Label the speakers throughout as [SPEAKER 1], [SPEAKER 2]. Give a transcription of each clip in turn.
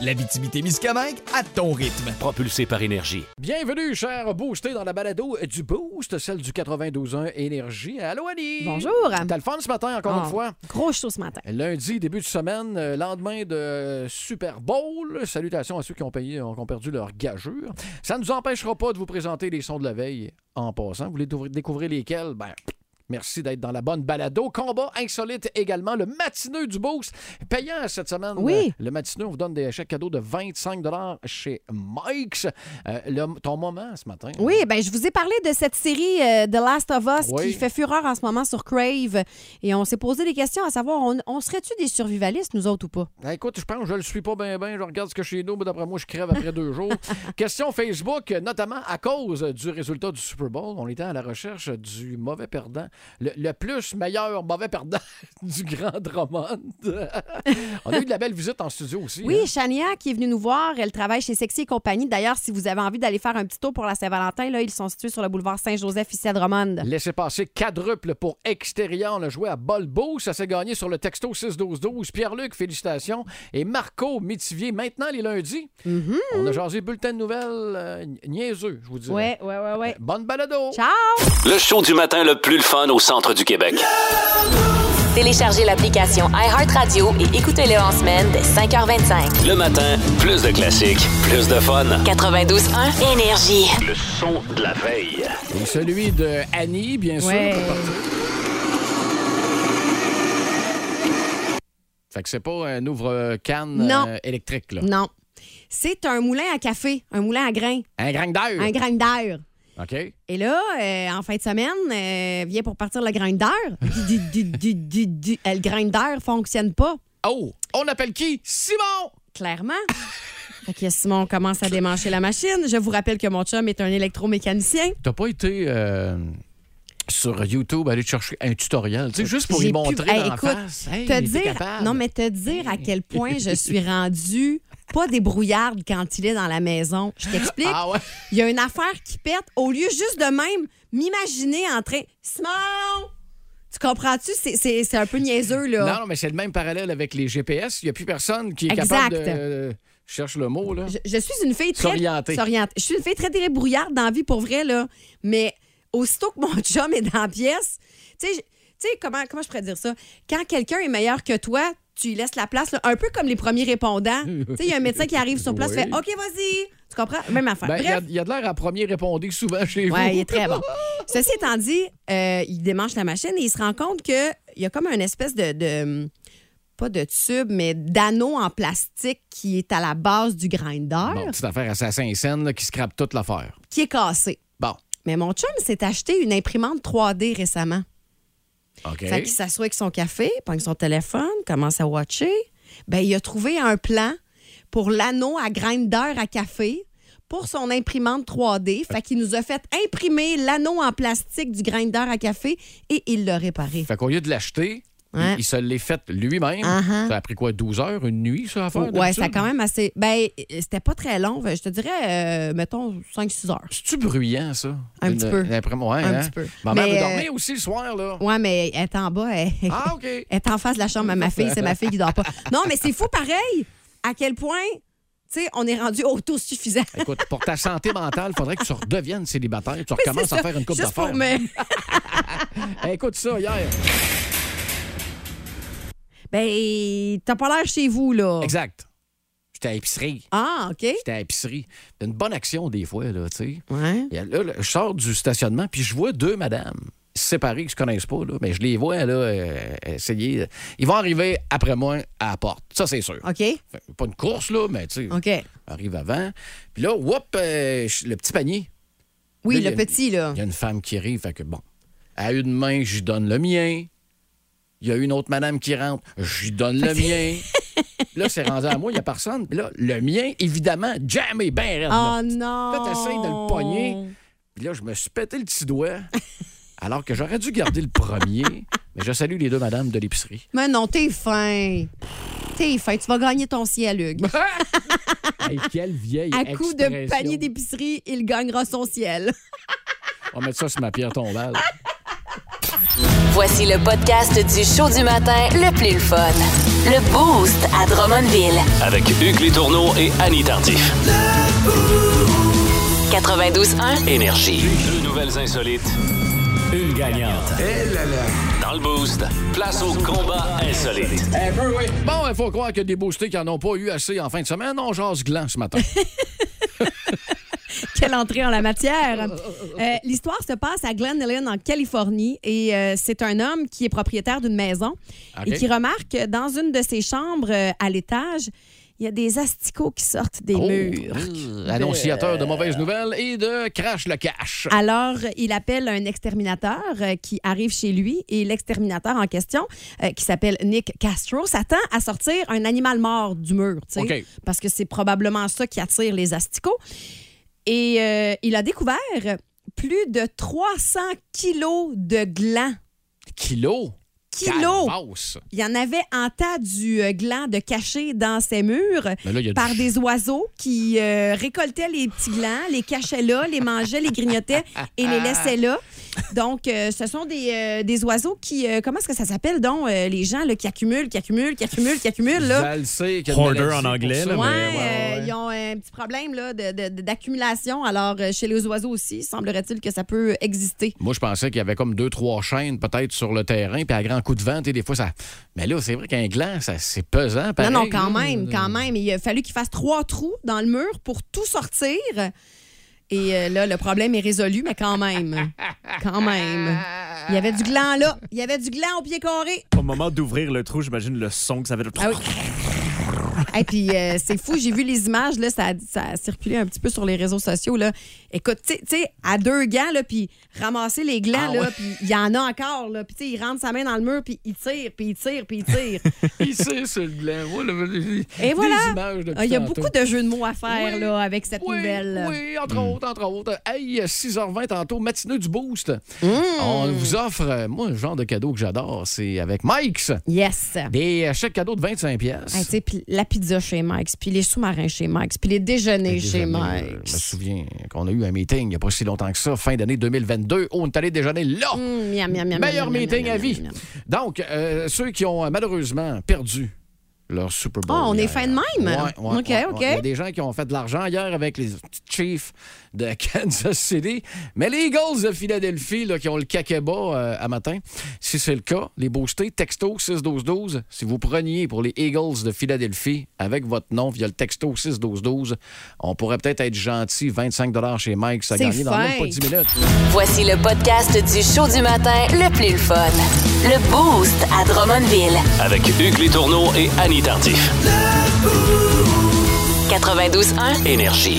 [SPEAKER 1] L'Abitibi-Témiscamingue à ton rythme.
[SPEAKER 2] propulsé par énergie.
[SPEAKER 3] Bienvenue, cher Boosté, dans la balado du Boost, celle du 92.1 Énergie. Allô, Annie!
[SPEAKER 4] Bonjour.
[SPEAKER 3] T'as le fun ce matin, encore
[SPEAKER 4] Ah,
[SPEAKER 3] une fois?
[SPEAKER 4] Gros show ce matin.
[SPEAKER 3] Lundi, début de semaine, euh, lendemain de Super Bowl. Salutations à ceux qui ont, payé, euh, qui ont perdu leur gageure. Ça ne nous empêchera pas de vous présenter les sons de la veille en passant. Vous voulez douvri- découvrir lesquels? Ben, merci d'être dans la bonne balado. Combat insolite également, le matineux du Boost, payant cette semaine.
[SPEAKER 4] Oui.
[SPEAKER 3] Euh, Le matineux, on vous donne des chèques cadeaux de 25 chez Mike's. Euh, le- ton moment ce matin.
[SPEAKER 4] Oui, ben je vous ai parlé de cette série euh, The Last of Us
[SPEAKER 3] Oui.
[SPEAKER 4] qui fait fureur en ce moment sur Crave. Et on s'est posé des questions à savoir, on, on serait-tu des survivalistes, nous autres, ou pas?
[SPEAKER 3] Ben, écoute, je pense que je le suis pas bien, bien. Je regarde ce que chez nous, mais d'après moi, je crève après deux jours. Question Facebook, notamment à cause du résultat du Super Bowl. On était à la recherche du mauvais perdant, le, le plus meilleur mauvais perdant du Grand Drummond. On a eu de la belle visite en studio aussi.
[SPEAKER 4] Oui,
[SPEAKER 3] hein.
[SPEAKER 4] Chania qui est venue nous voir, elle travaille chez Sexy et compagnie. D'ailleurs, si vous avez envie d'aller faire un petit tour pour la Saint-Valentin, là, ils sont situés sur le boulevard Saint-Joseph ici à Drummond.
[SPEAKER 3] Laissez passer quadruple pour extérieur. On a joué à Bolbo. Ça s'est gagné sur le texto 6-12-12. Pierre-Luc, félicitations. Et Marco Métivier, maintenant les lundis.
[SPEAKER 4] Mhm.
[SPEAKER 3] On a jasé bulletin de nouvelles euh, niaiseux, je vous dirais.
[SPEAKER 4] Ouais, ouais, ouais, ouais.
[SPEAKER 3] Bonne balado!
[SPEAKER 4] Ciao!
[SPEAKER 2] Le show du matin le plus le fun au centre du Québec.
[SPEAKER 5] Téléchargez l'application iHeartRadio et écoutez-le en semaine dès 5h25.
[SPEAKER 2] Le matin, plus de classiques, plus de fun.
[SPEAKER 5] 92.1 Énergie.
[SPEAKER 2] Le son de la veille.
[SPEAKER 3] Et celui de Annie, bien sûr.
[SPEAKER 4] Ouais.
[SPEAKER 3] pour partir. Fait que c'est pas un ouvre-canne
[SPEAKER 4] Non.
[SPEAKER 3] euh, électrique, là.
[SPEAKER 4] Non. C'est un moulin à café, un moulin à grains,
[SPEAKER 3] Un grain d'air.
[SPEAKER 4] un grain d'air.
[SPEAKER 3] OK.
[SPEAKER 4] Et là, euh, en fin de semaine, euh, vient pour partir le grindeur. Du, du, du, du, du. Euh, Le grindeur fonctionne pas,
[SPEAKER 3] Oh, on appelle qui? Simon!
[SPEAKER 4] clairement. Fait que Simon commence à démancher la machine. Je vous rappelle que mon chum est un électromécanicien.
[SPEAKER 3] T'as pas été euh, sur YouTube aller chercher un tutoriel, tu sais, juste pour
[SPEAKER 4] J'ai
[SPEAKER 3] y
[SPEAKER 4] pu-
[SPEAKER 3] montrer
[SPEAKER 4] Hey,
[SPEAKER 3] en
[SPEAKER 4] écoute,
[SPEAKER 3] face. Hey,
[SPEAKER 4] te
[SPEAKER 3] il était
[SPEAKER 4] dire,
[SPEAKER 3] capable.
[SPEAKER 4] non, mais te dire à quel point je suis rendue pas débrouillarde quand il est dans la maison. Je t'explique.
[SPEAKER 3] Ah ouais?
[SPEAKER 4] Il y a une affaire qui pète. Au lieu juste de même m'imaginer en train. Simon! Tu comprends-tu? C'est- C'est c'est un peu niaiseux, là.
[SPEAKER 3] Non, non, mais c'est le même parallèle avec les GPS. Il n'y a plus personne qui est
[SPEAKER 4] Exact.
[SPEAKER 3] capable de... euh, je cherche le mot, là.
[SPEAKER 4] Je, je suis une fille très.
[SPEAKER 3] S'orienter.
[SPEAKER 4] s'orienter. Je suis une fille très débrouillarde dans la vie, pour vrai, là. Mais aussitôt que mon chum est dans la pièce, tu sais, je- tu sais, comment, comment je pourrais dire ça? Quand quelqu'un est meilleur que toi, tu lui laisses la place, là, un peu comme les premiers répondants. tu sais, il y a un médecin qui arrive sur place,
[SPEAKER 3] Oui.
[SPEAKER 4] fait OK, vas-y. Tu comprends? Même affaire.
[SPEAKER 3] Ben, il y a-
[SPEAKER 4] Bref.
[SPEAKER 3] il y, a de l'air à premier répondre souvent chez vous.
[SPEAKER 4] Ouais, il est très bon. Ceci étant dit, euh, il démanche la machine et il se rend compte qu'il y a comme une espèce de. de- pas de tube, mais d'anneau en plastique qui est à la base du grinder,
[SPEAKER 3] Bon, petite affaire assassin et scène là, qui scrape toute l'affaire.
[SPEAKER 4] qui est cassé.
[SPEAKER 3] Bon,
[SPEAKER 4] Mais mon chum s'est acheté une imprimante 3D récemment.
[SPEAKER 3] OK.
[SPEAKER 4] Fait qu'il s'assoit avec son café, prend son téléphone, commence à watcher. Ben, il a trouvé un plan pour l'anneau à grinder à café pour son imprimante 3D. Fait qu'il nous a fait imprimer l'anneau en plastique du grinder à café et il l'a réparé.
[SPEAKER 3] Fait qu'au lieu de l'acheter,
[SPEAKER 4] Ouais.
[SPEAKER 3] il, il se l'est fait lui-même.
[SPEAKER 4] Uh-huh. Oh,
[SPEAKER 3] Ça a pris quoi, 12 heures, une nuit, ça, à faire?
[SPEAKER 4] Ouais, ça a quand même assez. Ben, c'était pas très long. Je te dirais, euh, mettons, 5-6 heures.
[SPEAKER 3] C'est-tu bruyant, ça?
[SPEAKER 4] Un
[SPEAKER 3] Une-
[SPEAKER 4] petit peu.
[SPEAKER 3] une imprim- ouais,
[SPEAKER 4] Un
[SPEAKER 3] hein?
[SPEAKER 4] petit peu.
[SPEAKER 3] Ma
[SPEAKER 4] Mais,
[SPEAKER 3] mère
[SPEAKER 4] euh,
[SPEAKER 3] veut dormir aussi le soir, là.
[SPEAKER 4] Ouais, mais elle est en bas. Elle,
[SPEAKER 3] Ah, OK.
[SPEAKER 4] Elle est en face de la chambre à ma fille. C'est ma fille qui dort pas. Non, mais c'est fou pareil. À quel point, tu sais, on est rendu autosuffisant.
[SPEAKER 3] Écoute, pour ta santé mentale, faudrait que tu redeviennes célibataire. Tu
[SPEAKER 4] Oui,
[SPEAKER 3] recommences
[SPEAKER 4] c'est
[SPEAKER 3] à
[SPEAKER 4] ça.
[SPEAKER 3] faire une coupe
[SPEAKER 4] Juste
[SPEAKER 3] d'affaires.
[SPEAKER 4] pour me-
[SPEAKER 3] Hey, écoute ça, hier.
[SPEAKER 4] Ben, t'as pas l'air chez vous, là.
[SPEAKER 3] Exact. J'étais à l'épicerie.
[SPEAKER 4] Ah, OK.
[SPEAKER 3] J'étais à l'épicerie. C'est une bonne action, des fois, là, tu sais.
[SPEAKER 4] Ouais.
[SPEAKER 3] Et Là, là, je sors du stationnement, puis je vois deux madames séparées qui se connaissent pas, là, mais je les vois là, euh, essayer. Ils vont arriver après moi à la porte. Ça, c'est sûr.
[SPEAKER 4] OK.
[SPEAKER 3] Fait que Pas une course, là, mais tu sais,
[SPEAKER 4] OK.
[SPEAKER 3] arrive avant. Puis là, whoop, euh, je- le petit panier.
[SPEAKER 4] Oui,
[SPEAKER 3] Là,
[SPEAKER 4] le
[SPEAKER 3] il y a-
[SPEAKER 4] petit, là.
[SPEAKER 3] Il y a une femme qui arrive, fait que bon. À une main, j'y donne le mien. Il y a une autre madame qui rentre, j'y donne le mien. Là, c'est rendu à moi, il n'y a personne. Puis là, le mien, évidemment, jamais bien raide. là.
[SPEAKER 4] Oh non!
[SPEAKER 3] Là, t'essayes de le pogner.
[SPEAKER 4] Oh.
[SPEAKER 3] Puis là, je me suis pété le petit doigt, alors que j'aurais dû garder le premier. Mais je salue les deux madames de l'épicerie.
[SPEAKER 4] Mais non, t'es fin. T'es fin. Tu vas gagner ton ciel, Hugues.
[SPEAKER 3] Hey, quelle vieille
[SPEAKER 4] À coup de
[SPEAKER 3] expression.
[SPEAKER 4] panier d'épicerie, il gagnera son ciel.
[SPEAKER 3] On va mettre ça sur ma pierre tombale.
[SPEAKER 5] Voici le podcast du show du matin le plus le fun. Le Boost à Drummondville.
[SPEAKER 2] Avec Hugues Létourneau et Annie Tardif.
[SPEAKER 5] 92.1.
[SPEAKER 2] Énergie. Deux nouvelles insolites. Une gagnante. Dans le boost, place au combat insolite.
[SPEAKER 3] Bon, il faut croire que des boostés qui n'en ont pas eu assez en fin de semaine, on jase gland ce matin.
[SPEAKER 4] Quelle entrée en la matière! Euh, L'histoire se passe à Glen Ellen, en Californie, et euh, c'est un homme qui est propriétaire d'une maison
[SPEAKER 3] OK.
[SPEAKER 4] et qui remarque que dans une de ses chambres euh, à l'étage, il y a des asticots qui sortent des
[SPEAKER 3] Oh,
[SPEAKER 4] murs.
[SPEAKER 3] euh, annonciateur de mauvaises nouvelles et de crash le cash.
[SPEAKER 4] Alors, il appelle un exterminateur euh, qui arrive chez lui et l'exterminateur en question, euh, qui s'appelle Nick Castro, s'attend à sortir un animal mort du mur, tu sais,
[SPEAKER 3] OK.
[SPEAKER 4] parce que c'est probablement ça qui attire les asticots. Et euh, il a découvert plus de 300 kilos de glands.
[SPEAKER 3] Kilo.
[SPEAKER 4] Kilos!
[SPEAKER 3] Calvasse.
[SPEAKER 4] Il y en avait en tas du euh, gland de caché dans ses murs
[SPEAKER 3] Mais là, il y a
[SPEAKER 4] par
[SPEAKER 3] du-
[SPEAKER 4] des oiseaux qui euh, récoltaient les petits glands, les cachaient là, les mangeaient, les grignotaient et les laissaient là. Donc, euh, ce sont des, euh, des oiseaux qui... euh, comment est-ce que ça s'appelle, donc, euh, les gens là, qui accumulent, qui accumulent, qui accumulent, qui accumulent, là?
[SPEAKER 3] Je le sais, qu'il y a une
[SPEAKER 6] Hoarder
[SPEAKER 3] maladie
[SPEAKER 6] en
[SPEAKER 3] pour
[SPEAKER 6] anglais,
[SPEAKER 3] ça.
[SPEAKER 6] là,
[SPEAKER 4] Ouais,
[SPEAKER 6] mais
[SPEAKER 4] euh, ils ont un petit problème là, de- de- de- d'accumulation. Alors, euh, chez les oiseaux aussi, semblerait-il que ça peut exister.
[SPEAKER 3] Moi, je pensais qu'il y avait comme deux, trois chaînes peut-être sur le terrain, puis à grand coup de vent, tu sais, des fois, ça. Mais là, c'est vrai qu'un gland, ça, c'est pesant. pareil,
[SPEAKER 4] non, non, quand
[SPEAKER 3] là.
[SPEAKER 4] même, quand même. Il a fallu qu'il fasse trois trous dans le mur pour tout sortir. Et euh, là, le problème est résolu, mais quand même. Quand même. Il y avait du gland là. Il y avait du gland au pied carré.
[SPEAKER 6] Au moment d'ouvrir le trou, j'imagine le son que ça fait.
[SPEAKER 4] Ah oui. Et puis, euh, c'est fou. J'ai vu les images, là, ça, a- ça a circulé un petit peu sur les réseaux sociaux. Là. Écoute, tu sais- tu sais, à deux gants, là, puis ramasser les glands,
[SPEAKER 3] Ah
[SPEAKER 4] là,
[SPEAKER 3] ouais.
[SPEAKER 4] puis il y en a encore. Là, puis, tu sais, il rentre sa main dans le mur, puis il tire, puis il tire, puis il tire.
[SPEAKER 3] Il sait, c'est le gland. Moi, là, j'ai
[SPEAKER 4] Et voilà. Ah,
[SPEAKER 3] des images depuis
[SPEAKER 4] Il y a
[SPEAKER 3] tantôt.
[SPEAKER 4] beaucoup de jeux de mots à faire
[SPEAKER 3] Oui,
[SPEAKER 4] là, avec cette
[SPEAKER 3] oui,
[SPEAKER 4] nouvelle.
[SPEAKER 3] Oui, entre autres, entre autres. Hey, 6h20 tantôt, matinée du Boost.
[SPEAKER 4] Hmm.
[SPEAKER 3] On vous offre, euh, moi, le genre de cadeau que j'adore, c'est avec Mike's.
[SPEAKER 4] Yes.
[SPEAKER 3] Des euh, chèques cadeaux de 25 pièces.
[SPEAKER 4] Hey, tu sais, puis la pizza chez Mike's, puis les sous-marins chez Mike's, puis les déjeuners chez
[SPEAKER 3] euh, Je me
[SPEAKER 4] Mike's.
[SPEAKER 3] souviens qu'on a eu un meeting il n'y a pas si longtemps que ça, fin d'année 2022, où on est allé déjeuner là.
[SPEAKER 4] Mm, miam, miam, miam,
[SPEAKER 3] Meilleur
[SPEAKER 4] miam, miam,
[SPEAKER 3] meeting
[SPEAKER 4] miam,
[SPEAKER 3] à
[SPEAKER 4] miam,
[SPEAKER 3] vie.
[SPEAKER 4] miam.
[SPEAKER 3] Donc, euh, ceux qui ont euh, malheureusement perdu leur Super Bowl.
[SPEAKER 4] Ah, on est
[SPEAKER 3] hier.
[SPEAKER 4] fin de même?
[SPEAKER 3] Ouais, ouais, ouais,
[SPEAKER 4] OK,
[SPEAKER 3] ouais.
[SPEAKER 4] OK.
[SPEAKER 3] Il y a des gens qui ont fait de l'argent hier avec les Chiefs de Kansas City. Mais les Eagles de Philadelphie, là, qui ont le caquet-bas euh, à matin, si c'est le cas, les boostés, texto 6-12-12. Si vous preniez pour les Eagles de Philadelphie avec votre nom via le texto 6-12-12, on pourrait peut-être être gentil. 25 chez Mike, ça
[SPEAKER 4] C'est
[SPEAKER 3] gagne dans même
[SPEAKER 4] fin.
[SPEAKER 3] pas 10 minutes.
[SPEAKER 5] Voici le podcast du show du matin le plus le fun. Le Boost à Drummondville.
[SPEAKER 2] Avec Hugues Létourneau et Annie Tardif.
[SPEAKER 5] 92.1.
[SPEAKER 2] Énergie.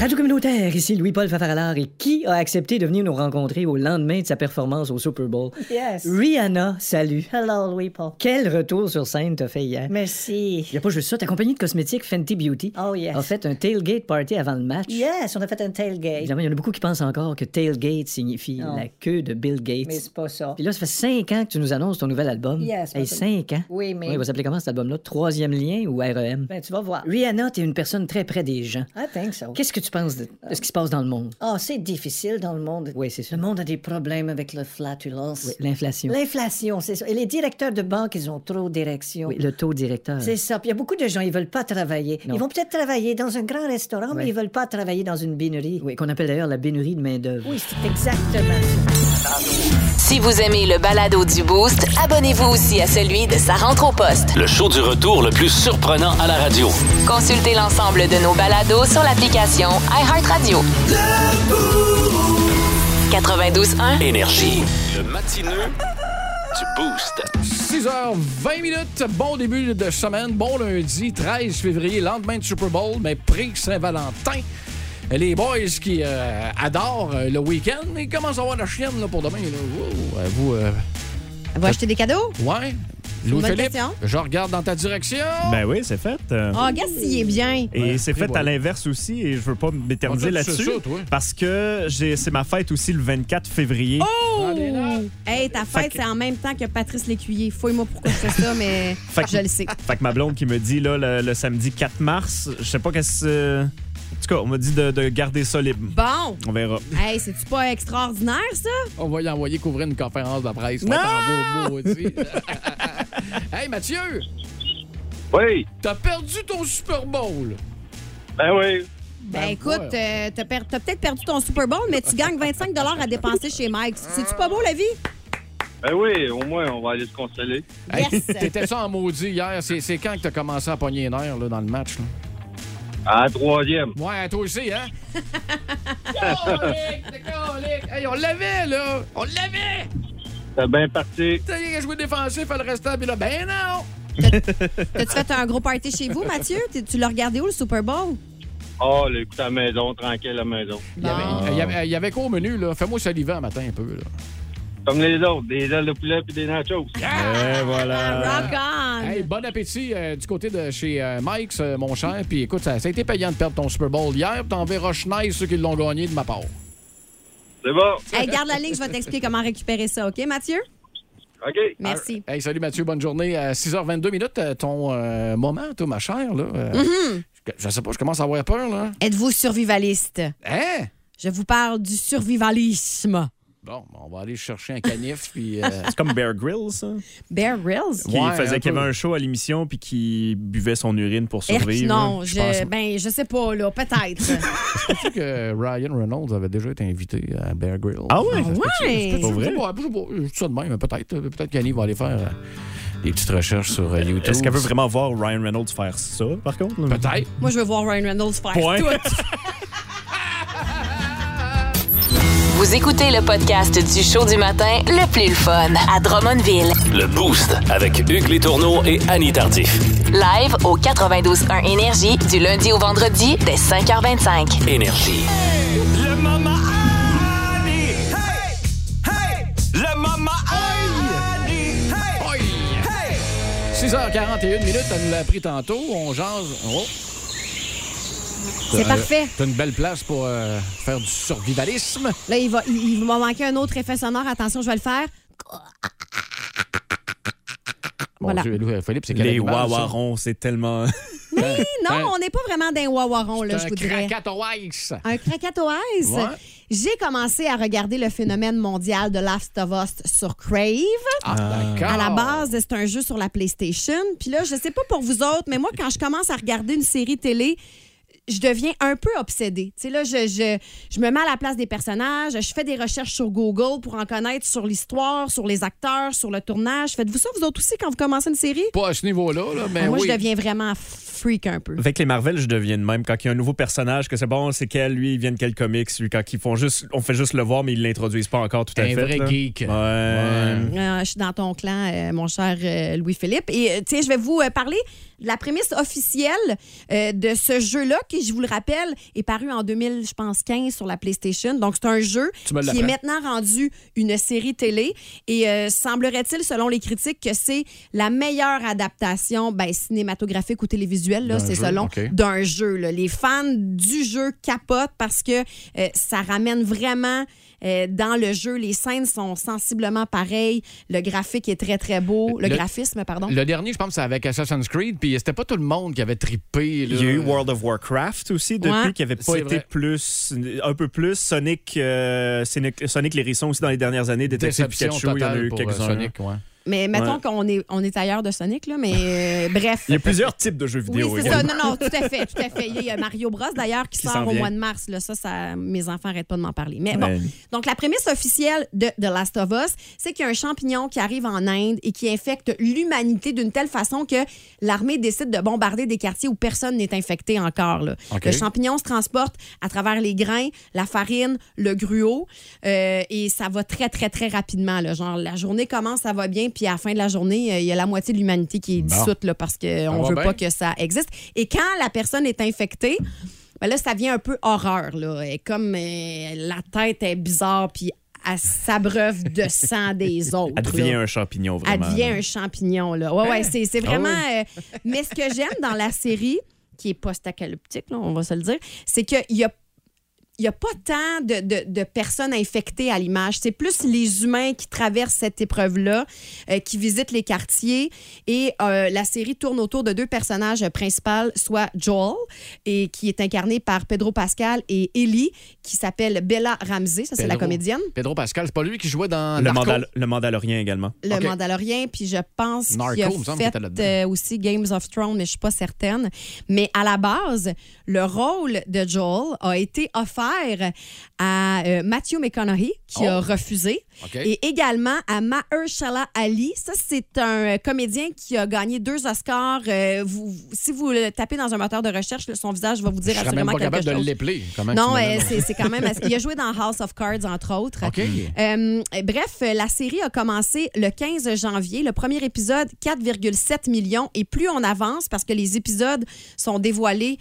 [SPEAKER 7] Radio communautaire, ici Louis-Paul Fafaralard. Et qui a accepté de venir nous rencontrer au lendemain de sa performance au Super Bowl?
[SPEAKER 8] Yes.
[SPEAKER 7] Rihanna, salut.
[SPEAKER 8] Hello, Louis Paul.
[SPEAKER 7] Quel retour sur scène t'as fait hier?
[SPEAKER 8] Merci.
[SPEAKER 7] Y a pas juste ça, ta compagnie de cosmétiques Fenty Beauty
[SPEAKER 8] Oh, yes.
[SPEAKER 7] a fait un tailgate party avant le match.
[SPEAKER 8] Yes, on a fait un tailgate.
[SPEAKER 7] Évidemment, il y en a beaucoup qui pensent encore que tailgate signifie
[SPEAKER 8] Non.
[SPEAKER 7] la queue de Bill Gates.
[SPEAKER 8] Mais c'est pas ça.
[SPEAKER 7] Puis là, ça fait cinq ans que tu nous annonces ton nouvel album.
[SPEAKER 8] Yes,
[SPEAKER 7] hey,
[SPEAKER 8] mais-
[SPEAKER 7] cinq ans.
[SPEAKER 8] Oui, mais-
[SPEAKER 7] il va s'appeler comment cet album-là? Troisième lien ou REM?
[SPEAKER 8] Ben, tu vas voir.
[SPEAKER 7] Rihanna, t'es une personne très près des gens.
[SPEAKER 8] I think so.
[SPEAKER 7] Qu'est-ce que tu penses de, de ce qui se passe dans le monde?
[SPEAKER 8] Ah, c'est difficile dans le monde.
[SPEAKER 7] Oui, c'est ça.
[SPEAKER 8] Le monde a des problèmes avec le flatulence.
[SPEAKER 7] Oui, l'inflation.
[SPEAKER 8] L'inflation, c'est ça. Et les directeurs de banque, ils ont trop d'érections.
[SPEAKER 7] Oui, le taux directeur.
[SPEAKER 8] C'est ça. Puis il y a beaucoup de gens, ils veulent pas travailler.
[SPEAKER 7] Non.
[SPEAKER 8] Ils vont peut-être travailler dans un grand restaurant, mais
[SPEAKER 7] Ouais.
[SPEAKER 8] ils veulent pas travailler dans une binerie.
[SPEAKER 7] Oui, qu'on appelle d'ailleurs la bénurie de main-d'œuvre.
[SPEAKER 8] Oui, c'est exactement ça.
[SPEAKER 5] Si vous aimez le balado du Boost, abonnez-vous aussi à celui de Sa rentre au poste.
[SPEAKER 2] Le show du retour le plus surprenant à la radio.
[SPEAKER 5] Consultez l'ensemble de nos balados sur l'application iHeartRadio. 92.1.
[SPEAKER 2] Énergie. Le matineux du boost.
[SPEAKER 3] 6h20 minutes, bon début de semaine, bon lundi 13 février, lendemain de Super Bowl, mais prix Saint-Valentin. Les boys qui euh, adorent euh, le week-end, ils commencent à avoir la chienne là, pour demain. là. Wow, euh, vous, euh,
[SPEAKER 4] Elle va acheter des cadeaux?
[SPEAKER 3] Ouais.
[SPEAKER 4] une bonne
[SPEAKER 3] Louis-Philippe,
[SPEAKER 4] question.
[SPEAKER 3] je regarde dans ta direction.
[SPEAKER 6] Ben oui, c'est fait. Euh,
[SPEAKER 4] Oh, regarde s'il est bien.
[SPEAKER 6] Et
[SPEAKER 3] Ouais,
[SPEAKER 6] c'est
[SPEAKER 3] puis
[SPEAKER 6] fait à
[SPEAKER 3] voilà.
[SPEAKER 6] l'inverse aussi, et je veux pas m'éterniser
[SPEAKER 3] En fait, tu
[SPEAKER 6] là-dessus,
[SPEAKER 3] sais ça, toi.
[SPEAKER 6] parce que j'ai- c'est ma fête aussi le 24 février.
[SPEAKER 4] Oh!
[SPEAKER 3] des notes.
[SPEAKER 4] Hey, ta fête,
[SPEAKER 6] que-
[SPEAKER 4] c'est en même temps que Patrice Lécuyer. Fouille-moi pourquoi je fais ça, mais
[SPEAKER 6] Fait que-
[SPEAKER 4] je le sais.
[SPEAKER 6] Fait que ma blonde qui me dit là, le, le samedi 4 mars, je sais pas qu'est-ce... euh, En tout cas, on m'a dit de, de garder ça libre.
[SPEAKER 4] Bon!
[SPEAKER 6] On verra.
[SPEAKER 4] Hey, c'est-tu pas extraordinaire, ça?
[SPEAKER 3] On va y envoyer couvrir une conférence de presse. On t'en va au maudit. hey, Mathieu,
[SPEAKER 9] Oui,
[SPEAKER 3] t'as perdu ton Super Bowl.
[SPEAKER 9] ben oui.
[SPEAKER 4] Ben,
[SPEAKER 3] Ben,
[SPEAKER 4] écoute, euh, t'as per- t'as peut-être perdu ton Super Bowl, mais tu gagnes 25 à dépenser chez Mike. C'est-tu pas beau, la vie?
[SPEAKER 9] Ben oui, au moins, on va aller se consoler.
[SPEAKER 4] Yes!
[SPEAKER 3] T'étais ça en maudit hier. C'est c'est quand que t'as commencé à pogner les nerfs là, dans le match? Là?
[SPEAKER 9] À la troisième.
[SPEAKER 3] Ouais, toi aussi, hein? Colique, t'es colique. hey, on l'avait, là! On l'avait!
[SPEAKER 9] C'est bien parti.
[SPEAKER 3] T'as rien qu'à jouer défensif à le restant, puis là, ben non!
[SPEAKER 4] T'as-tu fait un gros party chez vous, Mathieu? T'es- Tu l'as regardé où, le Super Bowl?
[SPEAKER 9] Oh, le coup à la maison, tranquille à la maison.
[SPEAKER 3] Il y avait- il y avait, il y avait quoi au menu, là? Fais-moi saliver un matin un peu, là.
[SPEAKER 9] Comme les autres, des ailes de poulet puis des nachos.
[SPEAKER 6] Et voilà.
[SPEAKER 4] Ah, Rock on!
[SPEAKER 3] Hey, bon appétit euh, du côté de chez euh, Mike's, euh, mon cher. Puis écoute, ça, ça a été payant de perdre ton Super Bowl hier. Puis t'enverras Schneid ceux qui l'ont gagné de ma part.
[SPEAKER 9] C'est bon.
[SPEAKER 4] Hey, garde la ligne, je vais t'expliquer comment récupérer ça, OK, Mathieu?
[SPEAKER 9] OK.
[SPEAKER 4] Merci.
[SPEAKER 3] Hey, salut Mathieu, bonne journée. À 6h22 minutes, euh, ton euh, moment, toi, ma chère, là. euh, je, je sais pas, je commence à avoir peur, là.
[SPEAKER 4] Êtes-vous survivaliste?
[SPEAKER 3] Hein?
[SPEAKER 4] Je vous parle du survivalisme.
[SPEAKER 3] Bon, on va aller chercher un canif, puis... euh,
[SPEAKER 6] C'est comme Bear Grylls, ça,
[SPEAKER 4] Bear Grylls?
[SPEAKER 6] qui
[SPEAKER 3] Ouais, un
[SPEAKER 6] faisait qu'il y
[SPEAKER 3] peu.
[SPEAKER 6] avait un show à l'émission puis qui buvait son urine pour
[SPEAKER 4] Erk,
[SPEAKER 6] survivre.
[SPEAKER 4] non,
[SPEAKER 6] là,
[SPEAKER 4] je,
[SPEAKER 6] pense.
[SPEAKER 4] ben, je sais pas, là, peut-être.
[SPEAKER 3] sais que Ryan Reynolds avait déjà été invité à Bear Grylls.
[SPEAKER 6] Ah ouais?
[SPEAKER 4] ouais!
[SPEAKER 6] Pour vrai?
[SPEAKER 3] Je sais pas, je sais pas, je dis ça de même, mais peut-être euh, peut-être qu'Annie va aller faire euh, des petites recherches sur euh, YouTube.
[SPEAKER 6] Est-ce qu'elle veut vraiment voir Ryan Reynolds faire ça, par contre? là?
[SPEAKER 3] Peut-être.
[SPEAKER 4] Moi, je veux voir Ryan Reynolds faire
[SPEAKER 6] Point.
[SPEAKER 4] tout.
[SPEAKER 5] Vous écoutez le podcast du show du matin le plus le fun à Drummondville.
[SPEAKER 2] Le Boost avec Hugues Létourneau et Annie Tardif.
[SPEAKER 5] Live au 92.1 Énergie du lundi au vendredi dès 5h25.
[SPEAKER 2] Énergie.
[SPEAKER 10] Le maman Annie. Hey, hey. Le maman Annie. Hey,
[SPEAKER 3] Oi!
[SPEAKER 10] hey.
[SPEAKER 3] 6h41 minutes, elle nous l'a pris tantôt. On jase. Oh.
[SPEAKER 4] C'est
[SPEAKER 3] Euh,
[SPEAKER 4] parfait.
[SPEAKER 3] T'as une belle place pour euh, faire du survivalisme.
[SPEAKER 4] Là, il va, il, il m'a manqué un autre effet sonore. Attention, je vais le faire. Eh
[SPEAKER 3] Mon
[SPEAKER 4] Voilà.
[SPEAKER 3] Dieu, Lou- Philippe, c'est quel
[SPEAKER 6] Les
[SPEAKER 3] animal, ça?
[SPEAKER 6] Wawarons, c'est tellement...
[SPEAKER 4] Oui,
[SPEAKER 3] ben-
[SPEAKER 4] non, on n'est pas vraiment d'un wawaron, là, je
[SPEAKER 3] Un
[SPEAKER 4] vous dirais.
[SPEAKER 3] Krakatoès.
[SPEAKER 4] Un Krakatoès.
[SPEAKER 3] Ouais.
[SPEAKER 4] J'ai commencé à regarder le phénomène mondial de Last of Us sur Crave.
[SPEAKER 3] Ah, d'accord.
[SPEAKER 4] À la base, c'est un jeu sur la PlayStation. Puis là, je sais pas pour vous autres, mais moi, quand je commence à regarder une série télé, je deviens un peu obsédée. Tu sais, là, je, je, je me mets à la place des personnages, je fais des recherches sur Google pour en connaître sur l'histoire, sur les acteurs, sur le tournage. Faites-vous ça, vous autres aussi, quand vous commencez une série?
[SPEAKER 3] Pas à ce niveau-là, là, mais
[SPEAKER 4] Ah, moi,
[SPEAKER 3] Ben oui.
[SPEAKER 4] je deviens vraiment freak un peu.
[SPEAKER 6] Avec les Marvel, je deviens de même. Quand il y a un nouveau personnage, que c'est bon, c'est quel, lui, il vient de quel comics, lui, quand ils font juste... On fait juste le voir, mais ils l'introduisent pas encore tout à
[SPEAKER 3] Un
[SPEAKER 6] fait.
[SPEAKER 3] vrai
[SPEAKER 6] là.
[SPEAKER 3] geek.
[SPEAKER 6] Ouais.
[SPEAKER 3] Ouais.
[SPEAKER 4] Euh, je suis dans ton clan, euh, mon cher euh, Louis-Philippe. Et euh, tu sais, je vais vous euh, parler de la prémisse officielle euh, de ce jeu-là, qui, je vous le rappelle, est paru en 2000, je pense, 15 sur la PlayStation. Donc, c'est un jeu
[SPEAKER 3] Tu me
[SPEAKER 4] qui est
[SPEAKER 3] l'apprends.
[SPEAKER 4] maintenant rendu une série télé. Et euh, semblerait-il, selon les critiques, que c'est la meilleure adaptation ben, cinématographique ou télévisuelle, là,
[SPEAKER 3] D'un
[SPEAKER 4] c'est
[SPEAKER 3] jeu,
[SPEAKER 4] selon,
[SPEAKER 3] ok.
[SPEAKER 4] d'un jeu. là. Les fans du jeu capotent parce que euh, ça ramène vraiment euh, dans le jeu. Les scènes sont sensiblement pareilles. Le graphique est très, très beau. Le,
[SPEAKER 3] Le-
[SPEAKER 4] graphisme, pardon.
[SPEAKER 3] Le dernier, je pense, c'est avec Assassin's Creed, puis c'était pas tout le monde qui avait trippé. là.
[SPEAKER 6] Il y a eu World of Warcraft aussi depuis
[SPEAKER 4] Ouais.
[SPEAKER 6] qui avait
[SPEAKER 3] C'est
[SPEAKER 6] pas été
[SPEAKER 3] vrai.
[SPEAKER 6] plus un peu plus Sonic euh, Sonic, Sonic l'hérisson aussi dans les dernières années Détective
[SPEAKER 3] Déception
[SPEAKER 6] Pikachu il y en a
[SPEAKER 3] totale
[SPEAKER 6] eu
[SPEAKER 3] pour euh,
[SPEAKER 6] quelques-uns.
[SPEAKER 3] Sonic, ouais.
[SPEAKER 4] Mais mettons
[SPEAKER 6] Ouais.
[SPEAKER 4] qu'on est, on est ailleurs de Sonic, là, mais euh, bref.
[SPEAKER 6] Il y a plusieurs types de jeux
[SPEAKER 4] Oui,
[SPEAKER 6] vidéo
[SPEAKER 4] c'est ça.
[SPEAKER 6] également.
[SPEAKER 4] Non, non, tout à fait, tout à fait. Il y a Mario Bros, d'ailleurs, qui,
[SPEAKER 6] Qui
[SPEAKER 4] sort
[SPEAKER 6] s'en
[SPEAKER 4] au
[SPEAKER 6] vient. Ben
[SPEAKER 4] mois de mars. Là. Ça, ça, mes enfants n'arrêtent pas de m'en parler. Mais bon,
[SPEAKER 6] Ouais.
[SPEAKER 4] donc la prémisse officielle de The Last of Us, c'est qu'il y a un champignon qui arrive en Inde et qui infecte l'humanité d'une telle façon que l'armée décide de bombarder des quartiers où personne n'est infecté encore. là.
[SPEAKER 3] OK.
[SPEAKER 4] Le champignon se transporte à travers les grains, la farine, le gruau, euh, et ça va très, très, très rapidement. là. Genre, la journée commence, ça va bien, puis à la fin de la journée, euh, il y a la moitié de l'humanité qui est
[SPEAKER 3] Bon.
[SPEAKER 4] dissoute là, parce qu'on
[SPEAKER 3] va
[SPEAKER 4] Euh, veut
[SPEAKER 3] bien.
[SPEAKER 4] pas que ça existe. Et quand la personne est infectée, ben là, ça vient un peu horreur. Là. Et comme euh, la tête est bizarre, puis elle s'abreuve de sang des autres.
[SPEAKER 6] Elle devient
[SPEAKER 4] là.
[SPEAKER 6] un champignon,
[SPEAKER 4] Elle
[SPEAKER 6] vraiment.
[SPEAKER 4] devient un champignon, là. Ouais, ouais,
[SPEAKER 6] Hein?
[SPEAKER 4] c'est c'est
[SPEAKER 6] Ah
[SPEAKER 4] vraiment.
[SPEAKER 6] oui.
[SPEAKER 4] euh, mais ce que j'aime dans la série, qui est post-apocalyptique, là, on va se le dire, c'est qu'il y a il n'y a pas tant de, de- de personnes infectées à l'image. C'est plus les humains qui traversent cette épreuve-là, euh, qui visitent les quartiers. Et euh, la série tourne autour de deux personnages euh, principaux, soit Joel, et, qui est incarné par Pedro Pascal, et Ellie, qui s'appelle Bella Ramsey, ça c'est la
[SPEAKER 3] Pedro-
[SPEAKER 4] comédienne.
[SPEAKER 3] Pedro Pascal, c'est pas lui qui jouait dans
[SPEAKER 6] Le,
[SPEAKER 3] Narcos?
[SPEAKER 6] Mandal- le Mandalorien également.
[SPEAKER 4] Le Mandalorien, puis je pense qu'il
[SPEAKER 3] Narco,
[SPEAKER 4] a
[SPEAKER 3] il me semble qu'il était là-dedans.
[SPEAKER 4] fait euh, aussi Games of Thrones, mais je suis pas certaine. Mais à la base, le rôle de Joel a été offert à euh, Matthew McConaughey, qui a
[SPEAKER 11] Oh.
[SPEAKER 4] refusé,
[SPEAKER 11] OK.
[SPEAKER 4] et également à Mahershala Ali. Ça, c'est un euh, comédien qui a gagné deux Oscars. Euh, vous- vous- si vous le tapez dans un moteur de recherche, son visage va vous
[SPEAKER 3] Je
[SPEAKER 4] dire
[SPEAKER 3] serais même
[SPEAKER 4] absolument
[SPEAKER 3] pas
[SPEAKER 4] quelque
[SPEAKER 3] capable de
[SPEAKER 4] chose.
[SPEAKER 3] l'épeler. Comment
[SPEAKER 4] Non,
[SPEAKER 3] tu me
[SPEAKER 4] euh,
[SPEAKER 3] l'as
[SPEAKER 4] c'est c'est quand même. assez- Il a joué dans House of Cards, entre autres.
[SPEAKER 3] OK.
[SPEAKER 4] Euh, bref, la série a commencé le 15 janvier. Le premier épisode, 4,7 millions. Et plus on avance, parce que les épisodes sont dévoilés.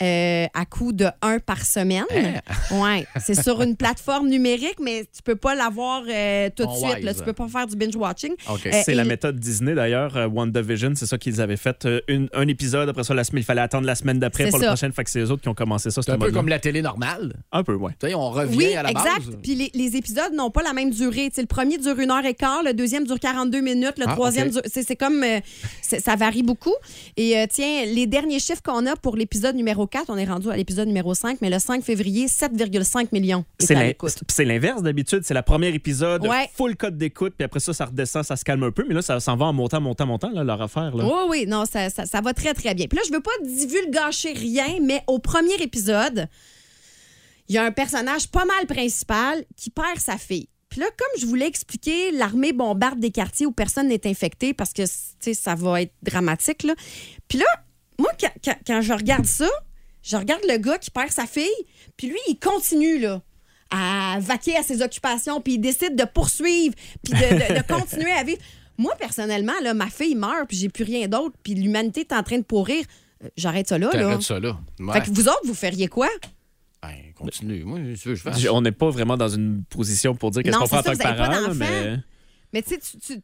[SPEAKER 4] euh, à coût de un par semaine.
[SPEAKER 3] Eh.
[SPEAKER 4] Ouais, c'est sur une plateforme numérique, mais tu peux pas l'avoir euh, tout de
[SPEAKER 6] On
[SPEAKER 4] suite. Là,
[SPEAKER 6] wise.
[SPEAKER 4] tu peux pas faire du binge watching.
[SPEAKER 6] OK. C'est la méthode Disney d'ailleurs, euh, WandaVision, c'est ça qu'ils avaient fait euh, une- un épisode, après ça la semaine, il fallait attendre la semaine d'après
[SPEAKER 4] C'est
[SPEAKER 6] pour
[SPEAKER 4] ça.
[SPEAKER 6] le prochain, fait que c'est eux autres qui ont commencé ça.
[SPEAKER 3] C'est un peu comme la télé normale.
[SPEAKER 6] Un peu, ouais.
[SPEAKER 3] Tu sais, on revient
[SPEAKER 4] oui,
[SPEAKER 3] à la
[SPEAKER 4] exact.
[SPEAKER 3] base.
[SPEAKER 4] Puis les, les épisodes n'ont pas la même durée. Tu sais, le premier dure une heure et quart, le deuxième dure 42 minutes, le
[SPEAKER 3] Ah,
[SPEAKER 4] troisième
[SPEAKER 3] ok.
[SPEAKER 4] dure- C'est c'est comme. euh, c'est- ça varie beaucoup. Et euh, tiens, les derniers chiffres qu'on a pour l'épisode numéro 4, on est rendu à l'épisode numéro 5, mais le 5 février, 7,5 millions.
[SPEAKER 6] C'est
[SPEAKER 4] à
[SPEAKER 6] l'in-
[SPEAKER 4] l'écoute.
[SPEAKER 6] c'est- c'est l'inverse d'habitude, c'est le premier épisode,
[SPEAKER 4] Ouais.
[SPEAKER 6] full code d'écoute, puis après ça, ça redescend, ça se calme un peu, mais là, ça s'en va en montant, montant, montant, là, leur affaire. Là.
[SPEAKER 4] Oui, oui, non, ça, ça- ça va très, très bien. Puis là, je veux pas divulgacher rien, mais au premier épisode, il y a un personnage pas mal principal qui perd sa fille. Puis là, comme je vous l'ai expliqué, l'armée bombarde des quartiers où personne n'est infecté parce que, tu sais, ça va être dramatique, là. Puis là, moi, quand, quand- quand je regarde ça, je regarde le gars qui perd sa fille, puis lui, il continue, là, à vaquer à ses occupations, puis il décide de poursuivre, puis de, de- de continuer à vivre. Moi, personnellement, là, ma fille meurt, puis j'ai plus rien d'autre, puis l'humanité est en train de pourrir. Euh, J'arrête ça là, là.
[SPEAKER 3] T'arrêtes ça là. Ouais. Ben,
[SPEAKER 4] Fait que vous autres, vous feriez quoi?
[SPEAKER 3] Continue. Moi, qu'est-ce que tu veux que je fasse?
[SPEAKER 6] J- On n'est pas vraiment dans une position pour dire qu'est-ce
[SPEAKER 4] Non,
[SPEAKER 6] qu'on
[SPEAKER 4] c'est
[SPEAKER 6] fait en
[SPEAKER 4] ça,
[SPEAKER 6] tant que
[SPEAKER 4] vous avez pas
[SPEAKER 6] parent,
[SPEAKER 4] d'enfant.
[SPEAKER 6] mais...
[SPEAKER 4] Mais tu sais, tu- tu,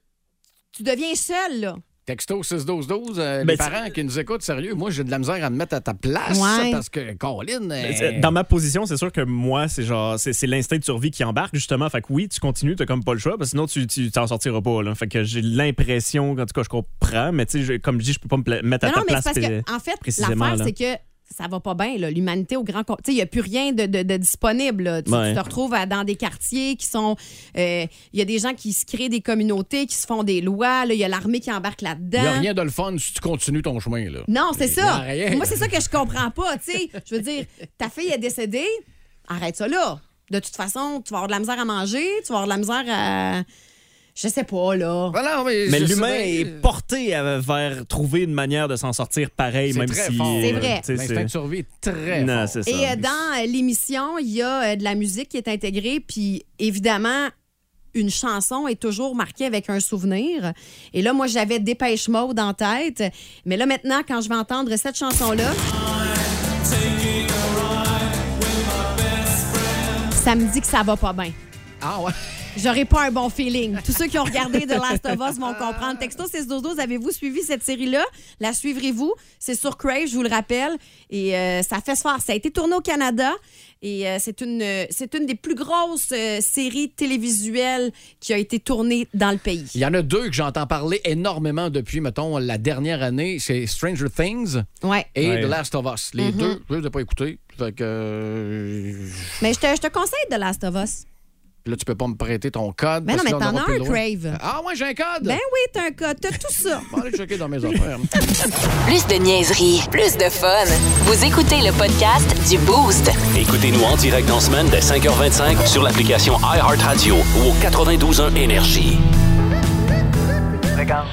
[SPEAKER 4] tu deviens seul, là.
[SPEAKER 3] Texto 6-12-12, euh,
[SPEAKER 6] Ben,
[SPEAKER 3] les parents qui nous écoutent, sérieux, moi, j'ai de la misère à me mettre à ta place
[SPEAKER 4] Ouais.
[SPEAKER 3] parce que, Colin.
[SPEAKER 6] Mais
[SPEAKER 3] euh,
[SPEAKER 6] Ben, c'est- Dans ma position, c'est sûr que moi, c'est genre, c'est, c'est l'instinct de survie qui embarque justement. Fait que oui, tu continues, t'as comme pas le choix, parce que sinon tu, tu t'en sortiras pas. Là. Fait que j'ai l'impression, en tout cas, je comprends, mais tu sais, je- comme je dis, je peux pas me pla- mettre à
[SPEAKER 4] non,
[SPEAKER 6] ta
[SPEAKER 4] non, mais
[SPEAKER 6] place.
[SPEAKER 4] c'est parce
[SPEAKER 6] euh,
[SPEAKER 4] que, en fait,
[SPEAKER 6] précisément,
[SPEAKER 4] l'affaire,
[SPEAKER 6] là.
[SPEAKER 4] c'est que ça va pas bien, là. L'humanité au grand compte. Tu sais, il n'y a plus rien de, de- de disponible. là. Tu,
[SPEAKER 6] Ouais.
[SPEAKER 4] tu te retrouves à- dans des quartiers qui sont. euh, Il y a des gens qui se créent des communautés, qui se font des lois. là. Il y a l'armée qui embarque
[SPEAKER 3] Il n'y a
[SPEAKER 4] là-dedans.
[SPEAKER 3] rien de le fun si tu continues ton chemin. Là.
[SPEAKER 4] Non, c'est
[SPEAKER 3] Il y a
[SPEAKER 4] ça.
[SPEAKER 3] rien.
[SPEAKER 4] Moi, c'est ça que je comprends pas. Tu sais, je veux dire, ta fille est décédée, arrête ça là. De toute façon, tu vas avoir de la misère à manger, tu vas avoir de la misère à. Je sais pas, là.
[SPEAKER 3] Ben
[SPEAKER 6] Mais l'humain est porté à- vers trouver une manière de s'en sortir pareil,
[SPEAKER 3] C'est
[SPEAKER 6] même
[SPEAKER 3] très
[SPEAKER 6] si.
[SPEAKER 3] fort.
[SPEAKER 6] euh,
[SPEAKER 4] C'est vrai.
[SPEAKER 6] tu sais,
[SPEAKER 3] L'instinct de survie est très
[SPEAKER 6] Non,
[SPEAKER 3] fort.
[SPEAKER 6] c'est ça.
[SPEAKER 4] Et euh, dans euh, l'émission, il y a euh, de la musique qui est intégrée, puis évidemment, une chanson est toujours marquée avec un souvenir. Et là, moi, j'avais Dépêche Mode en tête. Mais là, maintenant, quand je vais entendre cette chanson-là, ça me dit que ça va pas bien.
[SPEAKER 3] Ah ouais?
[SPEAKER 4] J'aurais pas un bon feeling. Tous ceux qui ont regardé The Last of Us vont comprendre. Texto 612, avez-vous suivi cette série-là? La suivrez-vous? C'est sur Crave, je vous le rappelle. Et euh, ça fait se faire. Ça a été tourné au Canada. Et euh, c'est une, euh, c'est une des plus grosses euh, séries télévisuelles qui a été tournée dans le pays.
[SPEAKER 3] Il y en a deux que j'entends parler énormément depuis, mettons, la dernière année. C'est Stranger Things
[SPEAKER 4] Ouais.
[SPEAKER 3] et
[SPEAKER 4] Ouais.
[SPEAKER 3] The Last of Us. Les
[SPEAKER 4] Mhm.
[SPEAKER 3] deux, je les ai pas écoutés. Fait que. euh,
[SPEAKER 4] Mais je te, je te conseille The Last of Us.
[SPEAKER 3] Là, tu peux pas me prêter ton code.
[SPEAKER 4] Mais non,
[SPEAKER 3] parce
[SPEAKER 4] mais
[SPEAKER 3] que là, on
[SPEAKER 4] t'en
[SPEAKER 3] n'aura
[SPEAKER 4] as
[SPEAKER 3] plus
[SPEAKER 4] un,
[SPEAKER 3] le droit.
[SPEAKER 4] Crave.
[SPEAKER 3] Ah ouais, j'ai un code.
[SPEAKER 4] Ben oui, t'as un code. T'as tout ça.
[SPEAKER 3] Bon, allez checker dans mes affaires.
[SPEAKER 5] Plus de niaiserie, plus de fun. Vous écoutez le podcast du Boost.
[SPEAKER 2] Écoutez-nous en direct en semaine dès 5h25 sur l'application iHeartRadio ou au 92.1 Énergie.
[SPEAKER 10] Regarde.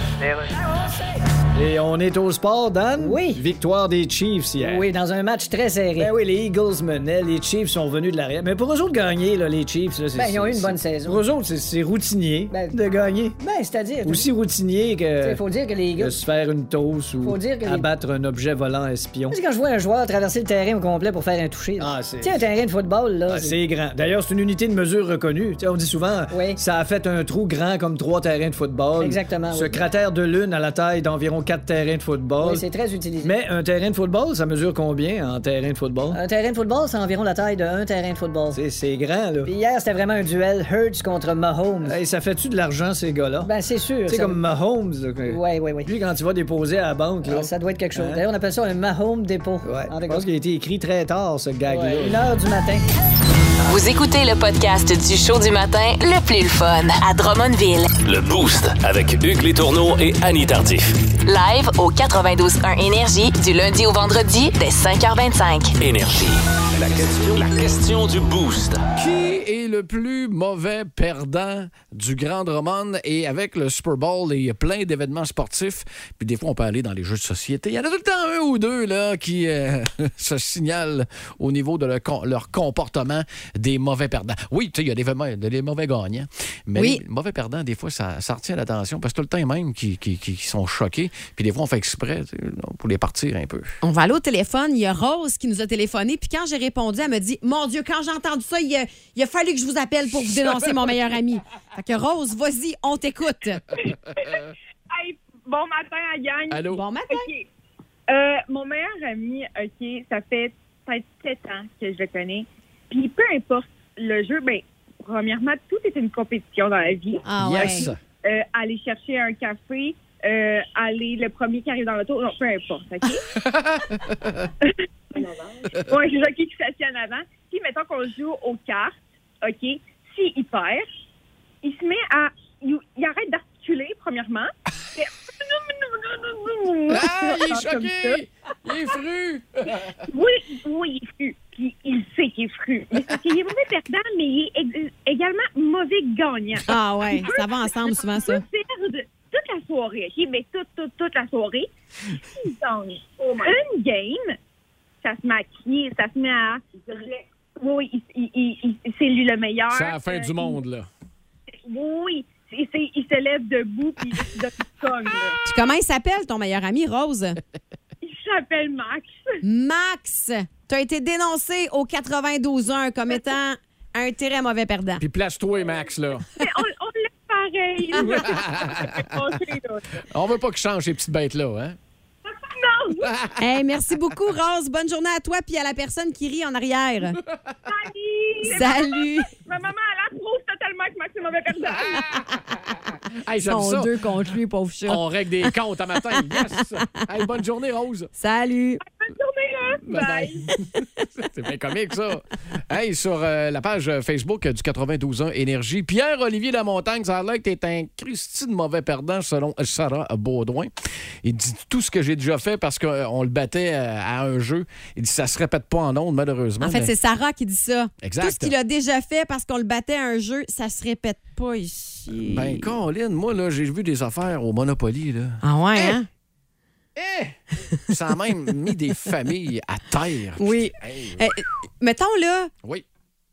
[SPEAKER 7] Et on est au sport, Dan? Oui. Victoire des Chiefs hier.
[SPEAKER 8] Oui, dans un match très serré.
[SPEAKER 7] Ben oui, les Eagles menaient, les Chiefs sont venus de l'arrière. Mais pour eux autres gagner, là, les Chiefs, là, c'est.
[SPEAKER 8] Ben, ils ont eu une
[SPEAKER 7] c'est-
[SPEAKER 8] bonne saison.
[SPEAKER 7] Pour eux autres, c'est- c'est routinier de gagner.
[SPEAKER 8] Ben, c'est-à-dire.
[SPEAKER 7] Aussi euh, routinier que
[SPEAKER 8] Il faut dire que les gars.
[SPEAKER 7] de se faire une tosse ou
[SPEAKER 8] Faut dire que les-
[SPEAKER 7] abattre un objet volant espion.
[SPEAKER 8] Tu sais, quand je vois un joueur traverser le terrain au complet pour faire un toucher. là.
[SPEAKER 7] Ah, c'est-
[SPEAKER 8] Tu sais, un terrain de football, là.
[SPEAKER 7] Ah,
[SPEAKER 8] c'est-
[SPEAKER 7] c'est grand. D'ailleurs, c'est une unité de mesure reconnue. Tu sais, on dit souvent,
[SPEAKER 8] Oui.
[SPEAKER 7] ça a fait un trou grand comme trois terrains de football.
[SPEAKER 8] Exactement,
[SPEAKER 7] Ce
[SPEAKER 8] oui.
[SPEAKER 7] cratère de lune à la taille d'environ quatre terrains de football.
[SPEAKER 8] Oui, c'est très utilisé.
[SPEAKER 7] Mais un terrain de football, ça mesure combien en terrain de football?
[SPEAKER 8] Un terrain de football, c'est environ la taille d'un terrain de football.
[SPEAKER 7] C'est- C'est grand, là.
[SPEAKER 8] Puis hier, c'était vraiment un duel Hurts contre Mahomes.
[SPEAKER 7] Hey, ça fait-tu de l'argent, ces gars-là?
[SPEAKER 8] Ben, c'est sûr.
[SPEAKER 7] tu sais,
[SPEAKER 8] ça-
[SPEAKER 7] comme Mahomes. là, que-
[SPEAKER 8] Ouais, ouais, ouais.
[SPEAKER 7] Lui, quand il va déposer à la banque, là.
[SPEAKER 8] Ah, ça doit être quelque chose.
[SPEAKER 7] Hein?
[SPEAKER 8] D'ailleurs, on appelle ça un Mahomes dépôt.
[SPEAKER 7] Ouais.
[SPEAKER 8] En
[SPEAKER 7] Je
[SPEAKER 8] tout cas,
[SPEAKER 7] pense qu'il a été écrit très tard, ce gag-là.
[SPEAKER 8] ouais, une heure du matin.
[SPEAKER 5] Vous écoutez le podcast du show du matin le plus le fun à Drummondville.
[SPEAKER 2] Le Boost avec Hugues Létourneau et Annie Tardif.
[SPEAKER 5] Live au 92.1 Énergie du lundi au vendredi dès 5h25.
[SPEAKER 2] Énergie. La question, la question du Boost.
[SPEAKER 3] Qui est le plus mauvais perdant du Grand Roman? Et avec le Super Bowl, il y a plein d'événements sportifs. Puis des fois, on peut aller dans les jeux de société. Il y en a tout le temps un ou deux là, qui euh, se signalent au niveau de leur, com- leur comportement des mauvais perdants. Oui, tu sais, il y a des, mauvais- des mauvais gagnants. Mais
[SPEAKER 4] Oui.
[SPEAKER 3] les mauvais perdants, des fois, ça, ça retient l'attention parce que tout le temps même qui, qui, qui sont choqués. Puis des fois, on fait exprès tu sais, pour les partir un peu.
[SPEAKER 4] On va aller au téléphone. Il y a Rose qui nous a téléphoné. Puis quand j'ai répondu, elle me dit Mon Dieu, quand j'ai entendu ça, il a, il a fallu que je vous appelle pour vous dénoncer mon meilleur ami. Fait que Rose, vas-y, on t'écoute.
[SPEAKER 11] Hey, bon matin à Yann.
[SPEAKER 3] Allô?
[SPEAKER 4] Bon matin.
[SPEAKER 11] OK. Euh, mon meilleur ami, OK, ça fait peut-être sept ans que je le connais. Puis peu importe le jeu, ben, premièrement, tout est une compétition dans la vie.
[SPEAKER 4] Ah ouais.
[SPEAKER 3] yes!
[SPEAKER 11] Euh, aller chercher un café, euh, aller le premier qui arrive dans l'auto, non, peu importe, OK? ouais, c'est ça qui est stationne avant. Puis mettons qu'on joue aux cartes, OK? S'il perd, il se met à. Il, il arrête d'articuler, premièrement. Fait-
[SPEAKER 3] Ah, il
[SPEAKER 11] Comme
[SPEAKER 3] est
[SPEAKER 11] ça.
[SPEAKER 3] choqué! Il est fru!
[SPEAKER 11] Oui, oui, il est fru. Puis il sait qu'il est fru. Mais c'est qu'il est mauvais perdant, mais il est ég- également mauvais gagnant.
[SPEAKER 4] Ah ouais, ça va ensemble souvent,
[SPEAKER 11] Il
[SPEAKER 4] ça.
[SPEAKER 11] peut perdre toute la soirée, OK? Mais toute, toute, toute la soirée. S'il gagne une game, ça se met à crier, ça se met à... Oui, il- il- il- il- c'est lui le meilleur.
[SPEAKER 3] C'est la fin
[SPEAKER 11] Euh,
[SPEAKER 3] du monde, là.
[SPEAKER 11] Oui, il, c'est- il se lève debout puis il se donne une cogne, là.
[SPEAKER 4] Puis comment il s'appelle ton meilleur ami, Rose?
[SPEAKER 11] Il s'appelle Max.
[SPEAKER 4] Max, tu as été dénoncé au 92-1 comme étant un très mauvais perdant.
[SPEAKER 3] Puis place-toi, Max, là.
[SPEAKER 11] Mais on, on l'aime pareil.
[SPEAKER 12] Ah.
[SPEAKER 11] là.
[SPEAKER 3] On veut pas qu'ils changent ces petites bêtes-là, hein?
[SPEAKER 11] non,
[SPEAKER 4] Hey, merci beaucoup, Rose. Bonne journée à toi puis à la personne qui rit en arrière.
[SPEAKER 11] Marie!
[SPEAKER 4] Salut.
[SPEAKER 11] Ma maman, elle approuve totalement que Max est mauvais perdant.
[SPEAKER 3] Hey, j'aime
[SPEAKER 4] Ton
[SPEAKER 3] ça.
[SPEAKER 4] deux contre lui, pauvre chat.
[SPEAKER 3] On règle des comptes à matin. Yes! Hey, bonne journée, Rose.
[SPEAKER 4] Salut.
[SPEAKER 11] Bonne journée, là. Bye.
[SPEAKER 3] C'est bien comique, ça. Hey, sur euh, la page euh, Facebook du 92.1 Énergie, Pierre-Olivier Lamontagne, ça a l'air que t'es un Christy de mauvais perdant selon euh, Sarah Baudouin. Il dit tout ce que j'ai déjà fait parce qu'on le battait euh, à un jeu. Il dit ça se répète pas en ondes, malheureusement.
[SPEAKER 4] En fait,
[SPEAKER 3] mais-
[SPEAKER 4] c'est Sarah qui dit ça.
[SPEAKER 3] Exact.
[SPEAKER 4] Tout ce qu'il a déjà fait parce qu'on le battait à un jeu, ça se répète pas ici.
[SPEAKER 3] Ben, Colin, moi, là, j'ai vu des affaires au Monopoly, là.
[SPEAKER 4] Ah ouais, hein?
[SPEAKER 3] Eh! Ça a même mis des familles à terre.
[SPEAKER 4] Oui.
[SPEAKER 3] Hey,
[SPEAKER 4] Eh, mettons, là,
[SPEAKER 3] oui.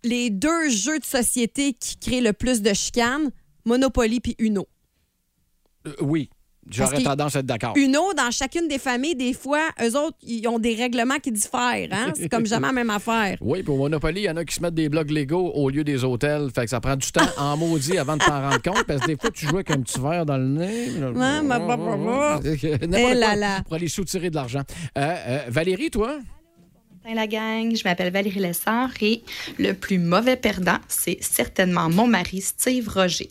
[SPEAKER 4] les deux jeux de société qui créent le plus de chicanes, Monopoly puis Uno.
[SPEAKER 3] Euh, oui. J'aurais
[SPEAKER 4] qu'il-
[SPEAKER 3] tendance à être d'accord.
[SPEAKER 4] Uno, dans chacune des familles, des fois, eux autres, ils ont des règlements qui diffèrent. Hein? C'est comme jamais la même affaire.
[SPEAKER 3] Oui, puis au Monopoly, il y en a qui se mettent des blocs Lego au lieu des hôtels. Fait que ça prend du temps en maudit avant de t'en rendre compte. Parce que des fois, tu joues avec un petit verre dans le nez.
[SPEAKER 4] Ouais, bah, bah, bah, bah.
[SPEAKER 3] N'importe
[SPEAKER 4] Eh là
[SPEAKER 3] quoi,
[SPEAKER 4] là.
[SPEAKER 3] Pour aller soutirer de l'argent. Euh, euh, Valérie, toi?
[SPEAKER 13] matin, la gang. Je m'appelle Valérie Lessard et le plus mauvais perdant, c'est certainement mon mari, Steve Roger.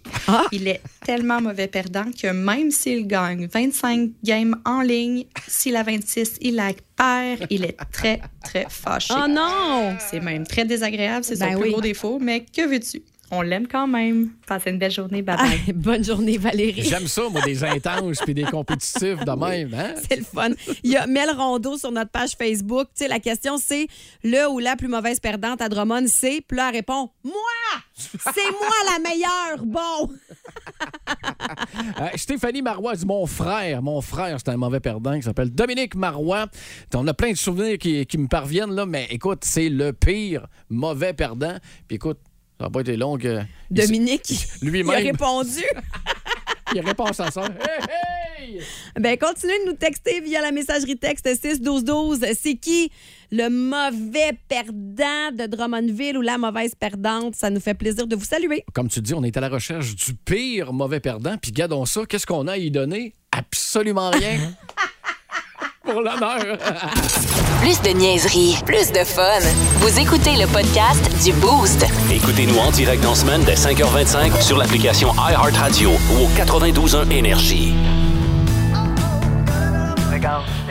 [SPEAKER 13] Il est tellement mauvais perdant que même s'il gagne 25 games en ligne, s'il a 26, il la perd. Il est très, très fâché.
[SPEAKER 4] Oh non!
[SPEAKER 13] C'est même très désagréable. C'est son
[SPEAKER 4] Ben
[SPEAKER 13] plus
[SPEAKER 4] oui.
[SPEAKER 13] gros défaut, mais que veux-tu? On l'aime quand même. Passez une belle journée.
[SPEAKER 4] Ah,
[SPEAKER 13] Bye-bye.
[SPEAKER 4] bonne journée, Valérie.
[SPEAKER 3] J'aime ça, moi, des intenses puis des compétitifs de même. Hein?
[SPEAKER 4] C'est le fun. Il y a Mel Rondeau sur notre page Facebook. Tu sais, la question, c'est le ou la plus mauvaise perdante à Drummond, c'est. Puis là, elle répond Moi! C'est moi la meilleure. Bon.
[SPEAKER 3] Euh, Stéphanie Marois dit Mon frère, mon frère, c'est un mauvais perdant qui s'appelle Dominique Marois. On a plein de souvenirs qui, qui me parviennent, là, mais écoute, c'est le pire mauvais perdant. Puis écoute, ça n'a pas été long que.
[SPEAKER 4] Dominique, il
[SPEAKER 3] lui-même.
[SPEAKER 4] a répondu.
[SPEAKER 3] Il répond à sa sœur. Hey, hey!
[SPEAKER 4] Ben, continuez de nous texter via la messagerie texte 61212. C'est qui le mauvais perdant de Drummondville ou la mauvaise perdante? Ça nous fait plaisir de vous saluer.
[SPEAKER 3] Comme tu dis, on est à la recherche du pire mauvais perdant. Puis gardons ça, qu'est-ce qu'on a à y donner? Absolument rien. Pour l'honneur.
[SPEAKER 5] Plus de niaiserie, plus de fun. Vous écoutez le podcast du Boost.
[SPEAKER 2] Écoutez-nous en direct dans la semaine dès 5h25 sur l'application iHeartRadio ou au 92.1 Énergie.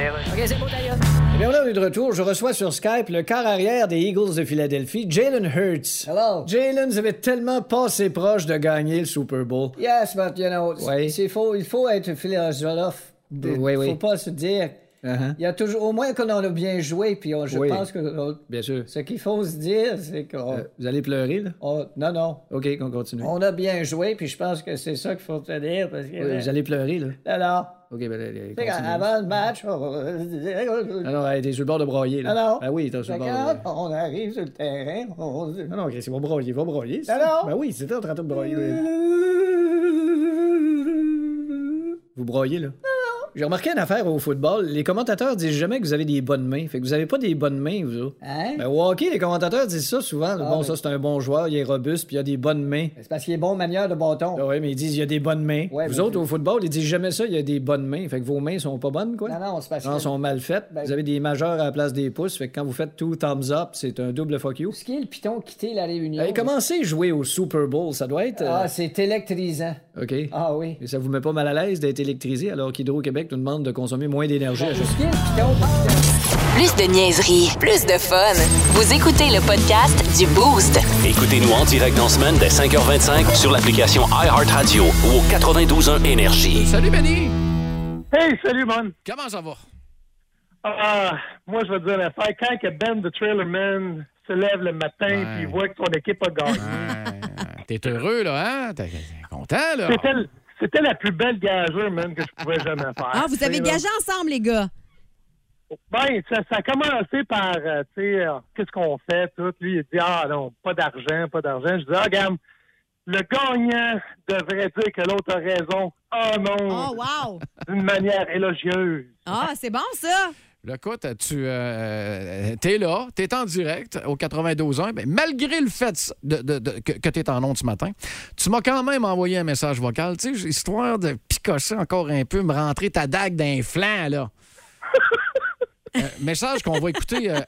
[SPEAKER 7] Eh bien, on est de retour. Je reçois sur Skype le quart arrière des Eagles de Philadelphie, Jalen Hurts. Jalen avait tellement passé proche de gagner le Super Bowl.
[SPEAKER 14] Yes, but you know, c-
[SPEAKER 7] Oui.
[SPEAKER 14] c'est faux. Il faut être philosophe.
[SPEAKER 7] B-
[SPEAKER 14] Il
[SPEAKER 7] oui, oui.
[SPEAKER 14] faut pas se dire.
[SPEAKER 7] Uh-huh.
[SPEAKER 14] Il y a toujours, au moins qu'on en a bien joué, puis on- je
[SPEAKER 7] Oui.
[SPEAKER 14] pense que on-
[SPEAKER 7] Bien sûr.
[SPEAKER 14] ce qu'il faut se dire, c'est
[SPEAKER 3] Euh,
[SPEAKER 14] qu'on.
[SPEAKER 7] Vous allez pleurer, là?
[SPEAKER 14] on- Ah, non, non.
[SPEAKER 7] OK, on continue.
[SPEAKER 14] On a bien joué, puis je pense que c'est ça qu'il faut te dire. Parce que,
[SPEAKER 7] Oui, vous allez pleurer, là?
[SPEAKER 14] Alors,
[SPEAKER 7] OK, ben, allez,
[SPEAKER 14] tu sais,
[SPEAKER 7] continue.
[SPEAKER 14] avant le match, on.
[SPEAKER 7] Ah non, hey, t'es sur le bord de broyer, là.
[SPEAKER 14] Alors?
[SPEAKER 3] Ben
[SPEAKER 7] Ah oui, t'es sur le bord de broyer.
[SPEAKER 14] Regarde, on arrive sur le terrain, on.
[SPEAKER 7] Non, non, Chris, il va broyer, il va broyer. c'est-
[SPEAKER 14] Alors?
[SPEAKER 7] Ben oui, c'était en train de broyer. Vous broyez, là? J'ai remarqué une affaire au football. Les commentateurs disent jamais que vous avez des bonnes mains. Fait que vous avez pas des bonnes mains, vous autres.
[SPEAKER 14] Hein?
[SPEAKER 7] Ben, au hockey, les commentateurs disent ça souvent. bon,
[SPEAKER 14] Ah, mais-
[SPEAKER 7] ça, c'est un bon joueur, il est robuste, puis il a des bonnes mains.
[SPEAKER 14] C'est parce qu'il est bon manière de bâton.
[SPEAKER 7] Ah oui, mais ils disent il y a des bonnes mains.
[SPEAKER 14] Ouais,
[SPEAKER 7] vous
[SPEAKER 14] mais-
[SPEAKER 7] autres, au football, ils disent jamais ça, il y a des bonnes mains. Fait que vos mains sont pas bonnes, quoi.
[SPEAKER 14] Non, non, c'est parce
[SPEAKER 7] Non,
[SPEAKER 14] que-
[SPEAKER 7] sont mal faites.
[SPEAKER 14] Ben-
[SPEAKER 7] Vous avez des majeurs à la place des pouces. Fait que quand vous faites tout thumbs up, c'est un double fuck you.
[SPEAKER 14] Ce qui est le piton quitter la réunion.
[SPEAKER 7] Hey, commencez à jouer au Super Bowl, ça doit être. euh,
[SPEAKER 14] Ah, c'est électrisant.
[SPEAKER 7] OK.
[SPEAKER 14] Ah oui.
[SPEAKER 7] Et ça vous met pas mal à l'aise d'être électrisé alors qu'Hydro-Québec nous demande de consommer moins d'énergie à chaque-
[SPEAKER 15] Ah,
[SPEAKER 5] Plus de niaiserie, plus de fun. Vous écoutez le podcast du Boost.
[SPEAKER 2] Écoutez-nous en direct dans la semaine dès 5h25 sur l'application iHeartRadio ou au 92.1 Énergie.
[SPEAKER 3] Salut, Benny.
[SPEAKER 15] Hey, salut, man.
[SPEAKER 3] Comment ça va?
[SPEAKER 15] Ah, moi, je vais te dire l'affaire. Quand que Ben the Trailerman se lève le matin et il voit que son équipe a gagné,
[SPEAKER 7] Ah.
[SPEAKER 3] T'es heureux, là, hein? T'es t'es content, là?
[SPEAKER 15] c'était l- c'était la plus belle gageure, man, que je pouvais jamais faire.
[SPEAKER 4] Ah, vous avez
[SPEAKER 15] Tu sais, là.
[SPEAKER 4] gagé ensemble, les gars.
[SPEAKER 15] Ben, ça, ça a commencé par, euh, tu sais, euh, qu'est-ce qu'on fait, tout. Lui, il dit, ah non, pas d'argent, pas d'argent. Je dis, ah, regarde, le gagnant devrait dire que l'autre a raison. Ah non!
[SPEAKER 4] Oh, wow.
[SPEAKER 15] D'une manière élogieuse.
[SPEAKER 4] Ah, c'est bon, ça.
[SPEAKER 3] Là, écoute, tu euh, t'es là, t'es en direct au 92.1. Ben, malgré le fait de, de- de- que, tu t'es en onde ce matin, tu m'as quand même envoyé un message vocal, tu sais, histoire de picosser encore un peu, me rentrer ta dague d'un flanc, là. Euh, message qu'on va écouter euh,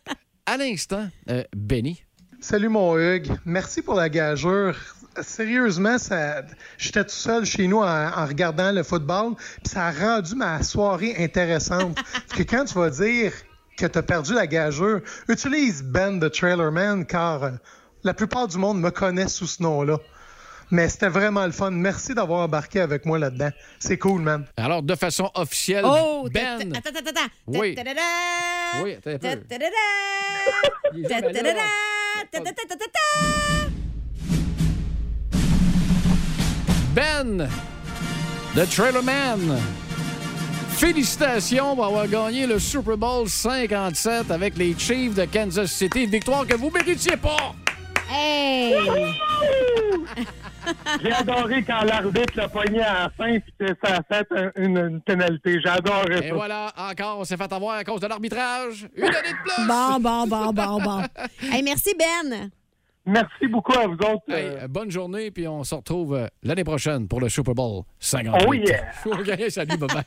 [SPEAKER 3] à l'instant, euh, Benny.
[SPEAKER 16] Salut mon Hugues, merci pour la gageure. Sérieusement, ça, j'étais tout seul chez nous en, en regardant le football, puis ça a rendu ma soirée intéressante. Parce que quand tu vas dire que t'as perdu la gageure, utilise Ben the Trailer Man, car euh, la plupart du monde me connaît sous ce nom-là. Mais c'était vraiment le fun. Merci d'avoir embarqué avec moi là-dedans. C'est cool, man.
[SPEAKER 3] Alors, de façon officielle,
[SPEAKER 4] Oh,
[SPEAKER 3] Ben.
[SPEAKER 4] Attends, attends, attends.
[SPEAKER 3] Oui.
[SPEAKER 4] Ta-ta-da-da.
[SPEAKER 3] Oui, attends un peu.
[SPEAKER 4] Ta-ta-da-da.
[SPEAKER 3] jamais
[SPEAKER 4] Ta-ta-da-da.
[SPEAKER 3] là.
[SPEAKER 4] Ta-ta-ta-ta-ta-ta.
[SPEAKER 3] Ben, The Trailer Man. Félicitations pour avoir gagné le Super Bowl 57 avec les Chiefs de Kansas City. Victoire que vous méritiez pas.
[SPEAKER 4] Hey!
[SPEAKER 15] J'ai adoré quand l'arbitre l'a pogné à la fin puis que ça a fait un- une, une pénalité. J'ai adoré ça.
[SPEAKER 3] Et voilà, encore, on s'est fait avoir à cause de l'arbitrage. Une année de plus.
[SPEAKER 4] Bon, bon, bon, bon, bon. Hey, merci, Ben.
[SPEAKER 15] Merci beaucoup à vous autres.
[SPEAKER 3] Hey,
[SPEAKER 2] Euh.
[SPEAKER 3] bonne journée, puis on se retrouve euh, l'année prochaine pour le Super Bowl 58.
[SPEAKER 2] Oh yeah.
[SPEAKER 3] OK, salut, bye-bye.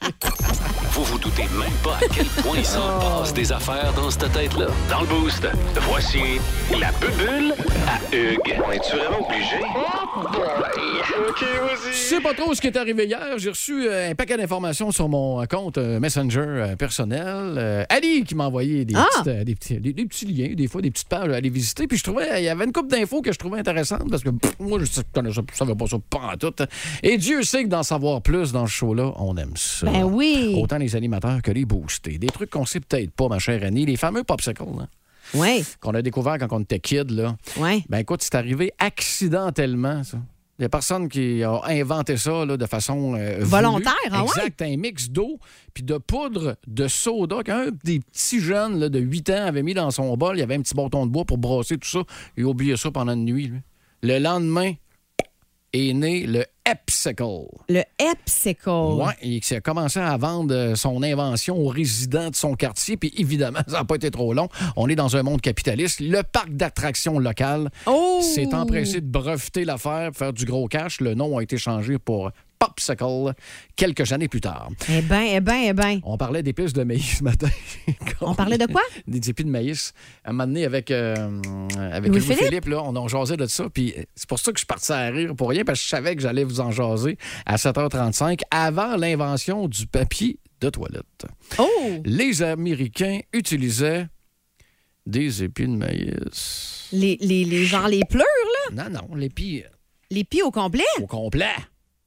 [SPEAKER 2] Vous vous doutez même pas à quel point il s'en passe des affaires dans cette tête-là. Dans le Boost, voici la bubule à Hugues. Es-tu vraiment obligé?
[SPEAKER 3] Je sais pas trop ce qui est arrivé hier. J'ai reçu euh, un paquet d'informations sur mon euh, compte euh, Messenger euh, personnel. Euh, Ali qui m'a envoyé des,
[SPEAKER 10] Ah!
[SPEAKER 3] petites, euh, des, petits, des- des petits liens, des fois des petites pages à aller visiter. Puis je trouvais, il y avait une couple d'infos que je trouvais intéressantes parce que pff, moi, je ne savais pas ça pas en tout. Et Dieu sait que d'en savoir plus dans ce show-là, on aime ça.
[SPEAKER 4] Ben oui.
[SPEAKER 3] Oh. Autant les animateurs que les boostés. Des trucs qu'on sait peut-être pas, ma chère Annie. Les fameux popsicles. hein. qu'on a découvert quand on était kid. Là. Ben écoute, c'est arrivé accidentellement, ça. Il n'y a personne qui a inventé ça là, de façon euh, voulue.
[SPEAKER 4] Volontaire, ah ouais?
[SPEAKER 3] Exact, un mix d'eau puis de poudre de soda qu'un des petits jeunes là, de 8 ans avait mis dans son bol. Il y avait un petit bâton de bois pour brasser tout ça. Il a oublié ça pendant une nuit. lui. Le lendemain est né le Epsicle.
[SPEAKER 4] Le Epsicle.
[SPEAKER 3] Ouais, et qui a commencé à vendre euh, son invention aux résidents de son quartier. Puis évidemment, ça n'a pas été trop long. On est dans un monde capitaliste. Le parc d'attractions local
[SPEAKER 4] Oh!
[SPEAKER 3] s'est empressé de breveter l'affaire, faire du gros cash. Le nom a été changé pour Popsicle quelques années plus tard.
[SPEAKER 4] Eh bien, eh bien, eh bien.
[SPEAKER 3] On parlait d'épices de maïs ce matin.
[SPEAKER 4] On parlait de quoi?
[SPEAKER 3] Des épis de maïs. À un moment donné, avec, euh, avec
[SPEAKER 4] Louis-Philippe.
[SPEAKER 3] Louis-Philippe, là, on en jasait de ça. Puis c'est pour ça que je suis parti à rire pour rien, parce que je savais que j'allais vous en jaser à 7h35, avant l'invention du papier de toilette. Les Américains utilisaient des épis de maïs.
[SPEAKER 4] Les, les, les, genre les pleurs, là?
[SPEAKER 3] Non, non, les pires.
[SPEAKER 4] Les pis au complet?
[SPEAKER 3] Au complet.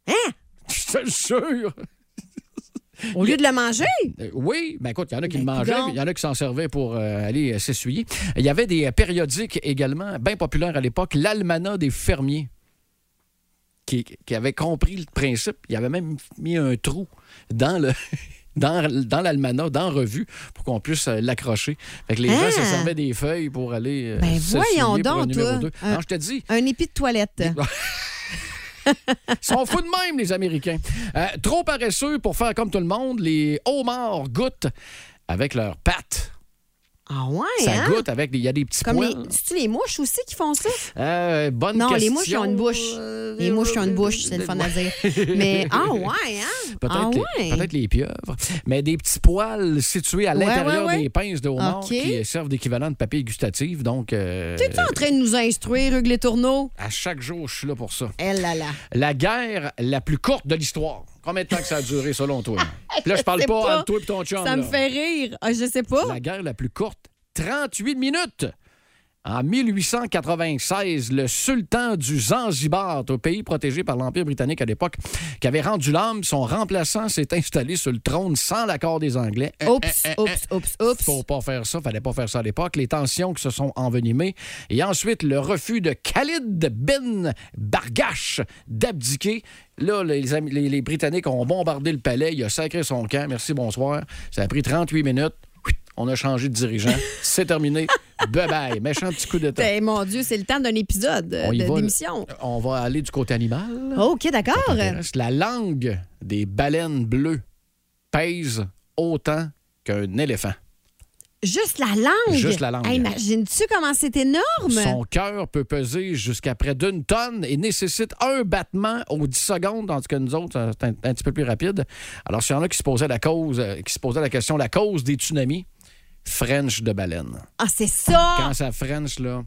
[SPEAKER 4] Hein?
[SPEAKER 3] Je te le jure.
[SPEAKER 4] Au lieu de le manger?
[SPEAKER 3] Euh, Oui, ben écoute, il y en a qui le
[SPEAKER 4] Ben,
[SPEAKER 3] mangeaient,
[SPEAKER 4] coudonc.
[SPEAKER 3] il y en a qui s'en servaient pour euh, aller euh, s'essuyer. Il y avait des euh, périodiques également, bien populaires à l'époque, l'Almanach des fermiers, qui, qui avait compris le principe. Il avait même mis un trou dans le... Dans, dans l'almanach, dans revue, pour qu'on puisse euh, l'accrocher. Fait que les gens
[SPEAKER 4] Ah!
[SPEAKER 3] se servaient des feuilles pour aller. euh,
[SPEAKER 4] Ben
[SPEAKER 3] s'essuyer
[SPEAKER 4] voyons
[SPEAKER 3] pour un
[SPEAKER 4] donc,
[SPEAKER 3] numéro
[SPEAKER 4] toi. Euh.
[SPEAKER 3] deux.
[SPEAKER 4] Un-
[SPEAKER 3] Non, je te dis,
[SPEAKER 4] Un épi de toilette.
[SPEAKER 3] ils sont fous de même, les Américains. Euh, trop paresseux pour faire comme tout le monde, les homards goûtent avec leurs pattes.
[SPEAKER 4] Ah ouais,
[SPEAKER 3] Ça
[SPEAKER 4] hein?
[SPEAKER 3] goûte avec... des- Il y a des petits
[SPEAKER 4] Comme les.
[SPEAKER 3] poils.
[SPEAKER 4] C'est-tu les mouches aussi qui font ça?
[SPEAKER 3] Euh, bonne
[SPEAKER 4] non, les
[SPEAKER 3] question. euh,
[SPEAKER 4] mouches, ils ont une bouche. Les mouches, ils ont une bouche, c'est le fun à dire. Mais, ah ouais, hein?
[SPEAKER 3] Peut-être
[SPEAKER 4] ah
[SPEAKER 3] les-
[SPEAKER 4] ouais.
[SPEAKER 3] peut-être les pieuvres. Mais des petits poils situés à
[SPEAKER 4] Ouais,
[SPEAKER 3] l'intérieur
[SPEAKER 4] ouais, ouais.
[SPEAKER 3] des pinces de homard
[SPEAKER 4] OK.
[SPEAKER 3] qui servent d'équivalent de papier gustatif. Donc, euh,
[SPEAKER 4] T'es-tu en train de nous instruire, Hugues Les Tourneaux?
[SPEAKER 3] à chaque jour, je suis là pour ça.
[SPEAKER 4] Elle Eh là là.
[SPEAKER 3] La guerre la plus courte de l'histoire. Combien de temps que ça a duré, selon toi? Puis là, je
[SPEAKER 4] Je
[SPEAKER 3] parle
[SPEAKER 4] sais
[SPEAKER 3] pas,
[SPEAKER 4] pas.
[SPEAKER 3] entre toi et ton chum.
[SPEAKER 4] Ça me
[SPEAKER 3] là.
[SPEAKER 4] fait rire. Ah, je sais pas.
[SPEAKER 3] La guerre la plus courte, 38 minutes. En 1896, le sultan du Zanzibar, au pays protégé par l'Empire britannique à l'époque, qui avait rendu l'âme, son remplaçant s'est installé sur le trône sans l'accord des Anglais. Euh,
[SPEAKER 4] Oups,
[SPEAKER 3] euh, euh,
[SPEAKER 4] oups, oups, oups.
[SPEAKER 3] faut pas faire ça, fallait pas faire ça à l'époque. Les tensions qui se sont envenimées. Et ensuite, le refus de Khalid Ben Bargash d'abdiquer. Là, les, Am- les- les Britanniques ont bombardé le palais. Il a sacré son camp. Merci, bonsoir. Ça a pris 38 minutes. On a changé de dirigeant. C'est terminé. Bye-bye. Méchant petit coup de temps.
[SPEAKER 4] Ben, mon Dieu, c'est le temps d'un épisode euh,
[SPEAKER 3] On y
[SPEAKER 4] de-
[SPEAKER 3] va,
[SPEAKER 4] d'émission.
[SPEAKER 3] On va aller du côté animal.
[SPEAKER 4] OK, d'accord.
[SPEAKER 3] Reste La langue des baleines bleues pèse autant qu'un éléphant.
[SPEAKER 4] Juste la langue.
[SPEAKER 3] Juste la langue.
[SPEAKER 4] Hey, Imagines-tu comment c'est énorme?
[SPEAKER 3] Son cœur peut peser jusqu'à près d'une tonne et nécessite un battement aux 10 secondes, tandis que nous autres, euh, c'est un, un petit peu plus rapide. Alors, s'il y en a qui se posaient la cause, euh, qui se posaient la question, la cause des tsunamis, French de baleine.
[SPEAKER 4] Ah, c'est ça!
[SPEAKER 3] Quand ça French, là.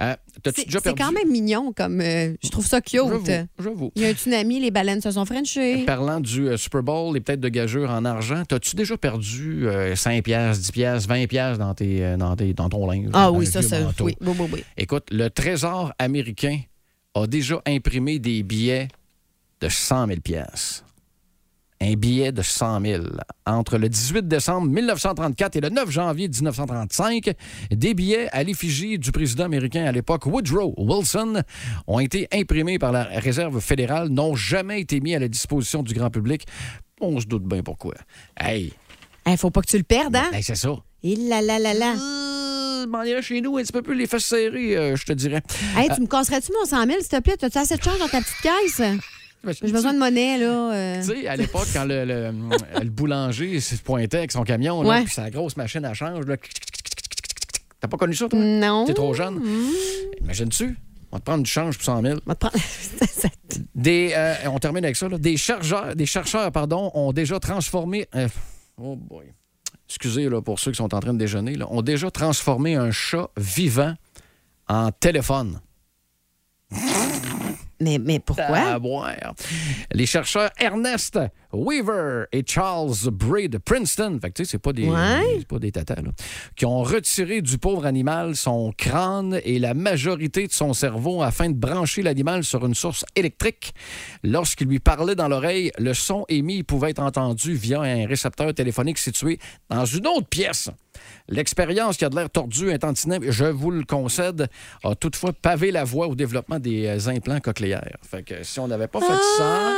[SPEAKER 3] euh, T'as-tu déjà
[SPEAKER 4] C'est
[SPEAKER 3] perdu?
[SPEAKER 4] quand même mignon comme. euh, je trouve ça cute.
[SPEAKER 3] J'avoue, j'avoue.
[SPEAKER 4] Il y a un tsunami, les baleines se sont frenchées.
[SPEAKER 3] Parlant du euh, Super Bowl et peut-être de gageure en argent, t'as-tu déjà perdu euh, 5 piastres, 10 piastres, 20 piastres dans, tes, euh, dans, tes- dans ton linge?
[SPEAKER 4] Ah
[SPEAKER 3] dans
[SPEAKER 4] oui,
[SPEAKER 3] un
[SPEAKER 4] ça,
[SPEAKER 3] vieux
[SPEAKER 4] ça.
[SPEAKER 3] manteau?
[SPEAKER 4] Oui, oui, oui, oui.
[SPEAKER 3] Écoute, le Trésor américain a déjà imprimé des billets de 100 000 pièces. Un billet de 100 000. Entre le 18 décembre 1934 et le 9 janvier 1935, des billets à l'effigie du président américain à l'époque, Woodrow Wilson, ont été imprimés par la Réserve fédérale, n'ont jamais été mis à la disposition du grand public. On se doute bien pourquoi. Hey!
[SPEAKER 4] Hey, faut pas que tu le perdes, hein?
[SPEAKER 3] Hey, c'est ça.
[SPEAKER 4] Il la la la la.
[SPEAKER 3] Euh, m'en irais chez nous un petit peu plus les fesses serrées, euh, je te dirais.
[SPEAKER 4] Hey,
[SPEAKER 3] Euh,
[SPEAKER 4] tu me casserais-tu mon 100 000, s'il te plaît? T'as-tu assez de change dans ta petite caisse? J'ai besoin de monnaie, là. euh.
[SPEAKER 3] Tu sais, à l'époque, quand le, le- le boulanger se pointait avec son camion, là,
[SPEAKER 4] Ouais.
[SPEAKER 3] puis sa grosse machine à change, là, t'as pas connu ça, toi?
[SPEAKER 4] Non. Mm-hmm.
[SPEAKER 3] T'es trop jeune. Imagine-tu? On va te prendre du change pour 100 000.
[SPEAKER 4] On,
[SPEAKER 3] des, euh, on termine avec ça. là. Des, chargeurs, des chercheurs pardon, ont déjà transformé... euh, oh boy. Excusez là, pour ceux qui sont en train de déjeuner. là, ont déjà transformé un chat vivant en téléphone.
[SPEAKER 4] Mais, mais pourquoi?
[SPEAKER 3] À boire. Les chercheurs Ernest Weaver et Charles Bray de Princeton, fait que, tu sais, c'est pas des,
[SPEAKER 4] Ouais.
[SPEAKER 3] c'est pas des tatas, là, qui ont retiré du pauvre animal son crâne et la majorité de son cerveau afin de brancher l'animal sur une source électrique. Lorsqu'il lui parlait dans l'oreille, le son émis pouvait être entendu via un récepteur téléphonique situé dans une autre pièce. L'expérience qui a de l'air tordue, intantinable, je vous le concède, a toutefois pavé la voie au développement des euh, implants cochléaires. Fait que si on n'avait pas fait ça,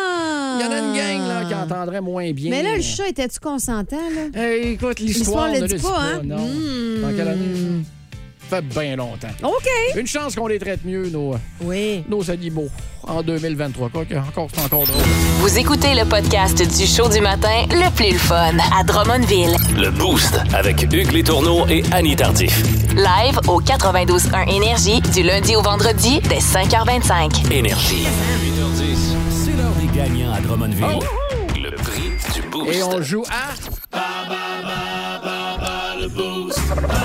[SPEAKER 3] il y en a une gang là, qui entendrait moins bien.
[SPEAKER 4] Ah! Mais là, le chat, était-tu consentant? Là?
[SPEAKER 3] écoute,
[SPEAKER 4] L'histoire
[SPEAKER 3] ne
[SPEAKER 4] le dit pas, hein?
[SPEAKER 3] non.
[SPEAKER 4] Hmm.
[SPEAKER 3] Dans quelle année? Ça fait bien longtemps.
[SPEAKER 4] OK.
[SPEAKER 3] Une chance qu'on les traite mieux, nos, nos animaux, en 2023. Quoi que encore, c'est encore drôle.
[SPEAKER 5] Vous écoutez le podcast du show du matin le plus le fun à Drummondville.
[SPEAKER 2] Le Boost avec Hugues Létourneau et Annie Tardif.
[SPEAKER 5] Live au 92.1 Énergie du lundi au vendredi dès 5h25.
[SPEAKER 2] Énergie. 8h10, c'est l'heure des gagnants à Drummondville. Oh! Le prix du Boost.
[SPEAKER 3] Et on joue à...
[SPEAKER 10] le boost. Ba, ba, ba, ba, le boost. Ba, ba, ba, ba,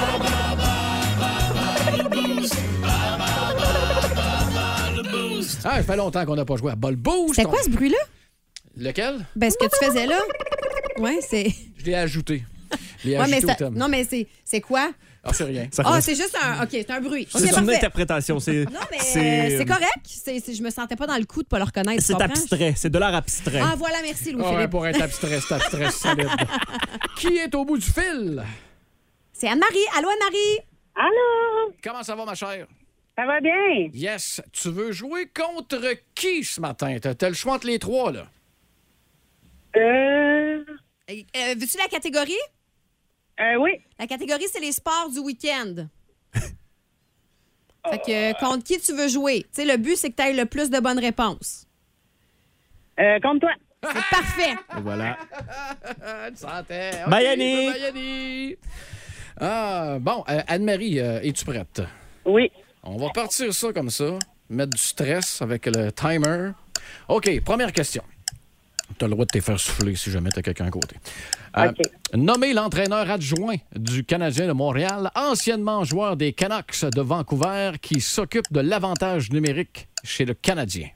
[SPEAKER 10] le boost.
[SPEAKER 3] Ah, ça fait longtemps qu'on n'a pas joué à Bol Boost.
[SPEAKER 4] C'était quoi ce bruit-là?
[SPEAKER 3] Lequel?
[SPEAKER 4] Ben, ce que tu faisais là? Oui, c'est.
[SPEAKER 3] Je l'ai ajouté. Je l'ai
[SPEAKER 4] Ouais, mais
[SPEAKER 3] ajouté
[SPEAKER 4] ça-
[SPEAKER 3] au thème.
[SPEAKER 4] Non, mais c'est c'est quoi?
[SPEAKER 3] Ah, c'est rien.
[SPEAKER 4] Ah, c'est juste un. OK, c'est un bruit. OK,
[SPEAKER 6] C'est une
[SPEAKER 4] parfait.
[SPEAKER 6] interprétation. C'est
[SPEAKER 4] Non, mais euh, c'est correct. C'est- c'est- je me sentais pas dans le coup de pas le reconnaître. tu
[SPEAKER 6] C'est
[SPEAKER 4] comprends?
[SPEAKER 6] abstrait. C'est de l'art abstrait.
[SPEAKER 4] Ah, voilà, merci,
[SPEAKER 3] Ah ouais,
[SPEAKER 4] Louis-Philippe.
[SPEAKER 3] pour être abstrait, c'est abstrait solide. Qui est au bout du fil?
[SPEAKER 4] C'est Anne-Marie. Allô, Anne-Marie?
[SPEAKER 3] Allô? Comment ça va, ma chère?
[SPEAKER 17] Ça va bien?
[SPEAKER 3] Yes. Tu veux jouer contre qui ce matin? T'as t'as le choix entre les trois, là.
[SPEAKER 4] Euh, euh, Veux-tu la catégorie?
[SPEAKER 17] Euh, oui.
[SPEAKER 4] La catégorie, c'est les sports du week-end.
[SPEAKER 17] Oh,
[SPEAKER 4] fait que euh, contre qui tu veux jouer? Tu sais, le but, c'est que tu aies le plus de bonnes réponses.
[SPEAKER 17] Euh, contre toi.
[SPEAKER 4] C'est parfait.
[SPEAKER 6] voilà.
[SPEAKER 3] Une santé.
[SPEAKER 6] Bye, Annie.
[SPEAKER 3] bye, Annie. Ah, bon, euh, Anne-Marie, euh, es-tu prête?
[SPEAKER 17] Oui.
[SPEAKER 3] On va partir ça comme ça, mettre du stress avec le timer. OK, première question. T'as le droit de te faire souffler si jamais t'as quelqu'un à côté. Euh,
[SPEAKER 17] OK.
[SPEAKER 3] Nommé l'entraîneur adjoint du Canadien de Montréal, anciennement joueur des Canucks de Vancouver, qui s'occupe de l'avantage numérique chez le Canadien.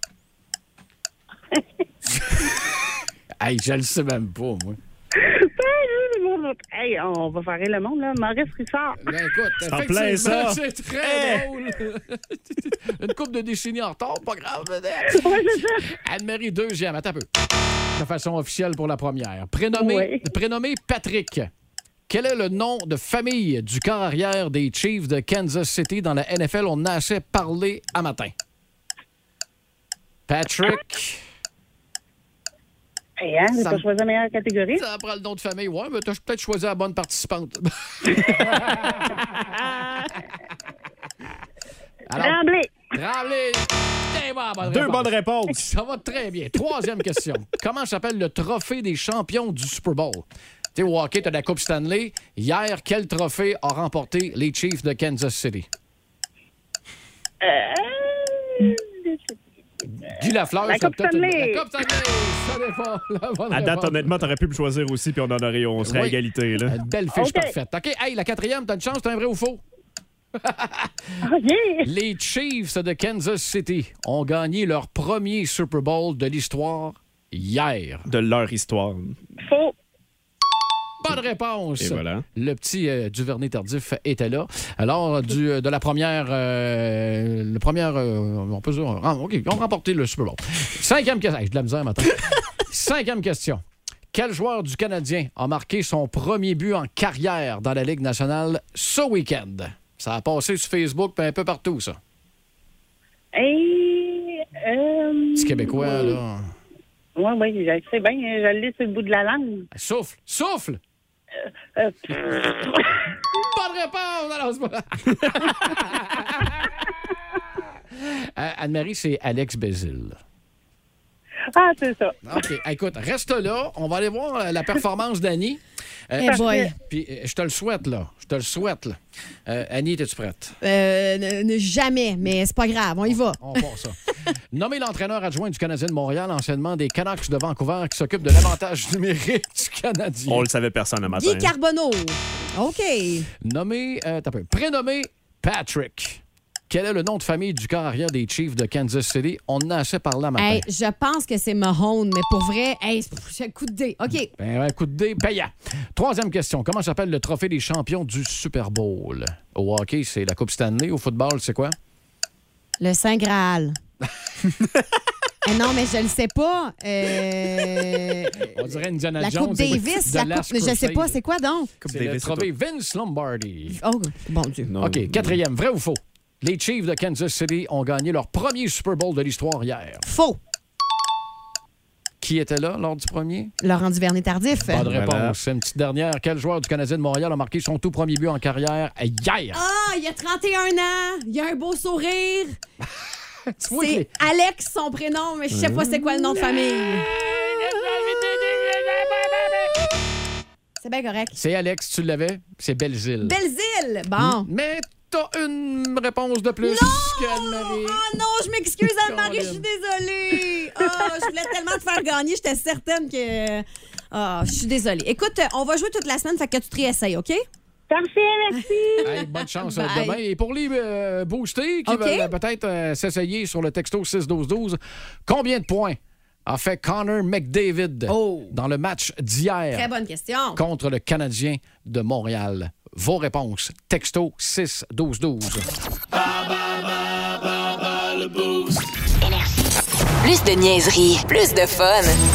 [SPEAKER 3] hey, je le sais même pas, moi.
[SPEAKER 17] Hey, on va faire le monde, là. Maurice Rissard.
[SPEAKER 3] Ben, écoute,
[SPEAKER 6] C'est en plein
[SPEAKER 3] effectivement,
[SPEAKER 6] ça.
[SPEAKER 3] C'est très
[SPEAKER 6] Hey.
[SPEAKER 3] drôle. Une coupe de décennies en retard, pas grave. Anne-Marie, deuxième, attends un peu. De façon officielle pour la première. Prénommé,
[SPEAKER 17] Ouais.
[SPEAKER 3] prénommé Patrick. Quel est le nom de famille du corps arrière des Chiefs de Kansas City dans la NFL? On en a assez parlé à matin. Patrick.
[SPEAKER 17] Hey, hein, j'ai
[SPEAKER 3] Ça
[SPEAKER 17] pas
[SPEAKER 3] me-
[SPEAKER 17] choisi la meilleure catégorie.
[SPEAKER 3] Ça prend le nom de famille. Ouais, mais t'as peut-être choisi la bonne participante. Alors-
[SPEAKER 17] Tremblay.
[SPEAKER 3] Tremblay. Très bonne bonne
[SPEAKER 6] Deux
[SPEAKER 3] réponse.
[SPEAKER 6] bonnes réponses.
[SPEAKER 3] Ça va très bien. Troisième question. Comment s'appelle le trophée des champions du Super Bowl? Tu sais, au hockey, t'as la Coupe Stanley. Hier, quel trophée a remporté les Chiefs de Kansas City?
[SPEAKER 17] Euh,
[SPEAKER 3] Guy Lafleur,
[SPEAKER 17] La
[SPEAKER 3] ça
[SPEAKER 17] Coupe
[SPEAKER 3] peut-être une-
[SPEAKER 17] Stanley.
[SPEAKER 3] La Coupe Stanley, ça dépend. La bonne
[SPEAKER 6] À date,
[SPEAKER 3] réponse.
[SPEAKER 6] honnêtement, t'aurais pu me choisir aussi, puis on en aurait, on serait à
[SPEAKER 3] Ah, Oui.
[SPEAKER 6] égalité. Là.
[SPEAKER 3] Euh, Belle fiche
[SPEAKER 6] OK.
[SPEAKER 3] parfaite. OK, hey, la quatrième, t'as une chance, t'as un vrai ou faux? Les Chiefs de Kansas City ont gagné leur premier Super Bowl de l'histoire hier.
[SPEAKER 6] De leur histoire.
[SPEAKER 17] Faux.
[SPEAKER 3] Bonne réponse.
[SPEAKER 6] Et voilà.
[SPEAKER 3] Le petit euh, Duvernay tardif était là. Alors, du, euh, de la première. euh, le premier. euh, on peut dire. ah, OK, ils ont remporté le Super Bowl. Cinquième question. Hey, J'ai de la misère maintenant. Cinquième question. Quel joueur du Canadien a marqué son premier but en carrière dans la Ligue nationale ce week-end? Ça a passé sur Facebook puis un peu partout, ça.
[SPEAKER 17] Hey, euh,
[SPEAKER 3] Petit Québécois, là.
[SPEAKER 17] Oui, oui, je le sais bien. Je l'ai sur le bout de la langue.
[SPEAKER 3] Ben, Souffle, souffle!
[SPEAKER 17] Euh,
[SPEAKER 3] Bonne réponse! Alors, c'est pas- Euh, Anne-Marie, c'est Alex Bézil.
[SPEAKER 17] Ah, c'est ça.
[SPEAKER 3] OK. Écoute, reste là. On va aller voir euh, la performance d'Annie.
[SPEAKER 4] Eh
[SPEAKER 3] je-
[SPEAKER 4] boy.
[SPEAKER 3] Puis euh, je te le souhaite, là. Je te le souhaite, là. Euh, Annie, es-tu prête?
[SPEAKER 4] Euh, ne- ne- jamais, mais c'est pas grave. On y va.
[SPEAKER 3] On part ça. Nommé l'entraîneur adjoint du Canadien de Montréal, anciennement des Canucks de Vancouver, qui s'occupe de l'avantage numérique du Canadien.
[SPEAKER 6] On le savait personne à matin.
[SPEAKER 4] Guy Carbonneau. OK.
[SPEAKER 3] Nommé, euh, t'as peu, prénommé Patrick. Quel est le nom de famille du corps arrière des Chiefs de Kansas City? On en a assez parlé à matin.
[SPEAKER 4] Hey, je pense que c'est Mahone, mais pour vrai, hey, c'est- c'est un coup de dé. OK.
[SPEAKER 3] Ben, un coup de dé payant. Troisième question. Comment s'appelle le trophée des champions du Super Bowl? Au hockey, c'est la Coupe Stanley. Au football, c'est quoi?
[SPEAKER 4] Le Saint Graal. Ah non, mais je le sais pas. Euh,
[SPEAKER 3] On dirait Indiana
[SPEAKER 4] la
[SPEAKER 3] Jones.
[SPEAKER 4] Coupe
[SPEAKER 3] et
[SPEAKER 4] Davis,
[SPEAKER 3] de
[SPEAKER 4] la
[SPEAKER 3] Last
[SPEAKER 4] Coupe. Je sais
[SPEAKER 3] Crusade.
[SPEAKER 4] pas, c'est quoi donc?
[SPEAKER 3] C'est de trouver Vince Lombardi.
[SPEAKER 4] Oh, bon Dieu.
[SPEAKER 3] OK, quatrième, vrai ou faux? Les Chiefs de Kansas City ont gagné leur premier Super Bowl de l'histoire hier.
[SPEAKER 4] Faux.
[SPEAKER 3] Qui était là lors du premier?
[SPEAKER 4] Laurent Duvernay Tardif.
[SPEAKER 3] Pas de réponse. C'est une petite dernière. Quel joueur du Canadien de Montréal a marqué son tout premier but en carrière hier?
[SPEAKER 4] Ah, il a 31 ans, il a un beau sourire.
[SPEAKER 3] vois que
[SPEAKER 4] c'est Alex son prénom, mais je sais pas c'est quoi le nom de famille. C'est bien correct.
[SPEAKER 3] C'est Alex, tu l'avais? C'est Belzile.
[SPEAKER 4] Ben Belzile, bon.
[SPEAKER 3] Mais t'as une réponse de plus qu'Anne-Marie.
[SPEAKER 4] Oh non, je m'excuse Anne-Marie, je suis désolée. Oh, je voulais tellement te faire gagner, j'étais certaine que... Ah, je suis désolée. Écoute, euh, on va jouer toute la semaine, fait que tu te réessayes, OK? Parfait, merci.
[SPEAKER 3] Hey, bonne chance euh,
[SPEAKER 4] Bye.
[SPEAKER 3] demain. Et pour les euh, boostés qui
[SPEAKER 4] OK.
[SPEAKER 3] veulent euh, peut-être euh, s'essayer sur le texto 6-12-12, combien de points a fait Connor McDavid
[SPEAKER 4] Oh.
[SPEAKER 3] dans le match
[SPEAKER 4] Très
[SPEAKER 3] d'hier
[SPEAKER 4] bonne question.
[SPEAKER 3] contre le Canadien de Montréal? Vos réponses, texto 6-12-12.
[SPEAKER 5] Plus de niaiserie, plus de fun.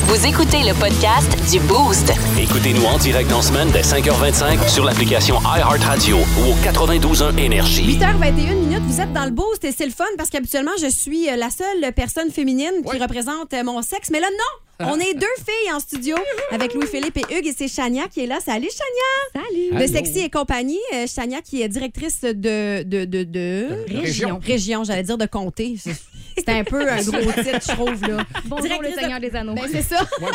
[SPEAKER 5] Vous écoutez le podcast du Boost.
[SPEAKER 2] Écoutez-nous en direct dans la semaine dès 5h25 sur l'application iHeartRadio ou au 92.1 Énergie.
[SPEAKER 4] 8h21 minutes, vous êtes dans le boost et c'est le fun parce qu'habituellement, je suis euh, la seule personne féminine qui représente euh, mon sexe. Mais là, non! On est deux filles en studio avec Louis-Philippe et Hugues et c'est Chania qui est là. Salut, Chania! Salut! De
[SPEAKER 12] Allô.
[SPEAKER 4] Sexy et compagnie. Euh, Chania qui est directrice de... de, de, de...
[SPEAKER 12] Région.
[SPEAKER 4] Région, j'allais dire de comté. C'était un peu un gros titre, je trouve. Là.
[SPEAKER 12] Bonjour,
[SPEAKER 4] Directrice
[SPEAKER 12] le
[SPEAKER 4] de-
[SPEAKER 12] Seigneur des Anneaux.
[SPEAKER 4] Ben, c'est ça.
[SPEAKER 3] Ouais,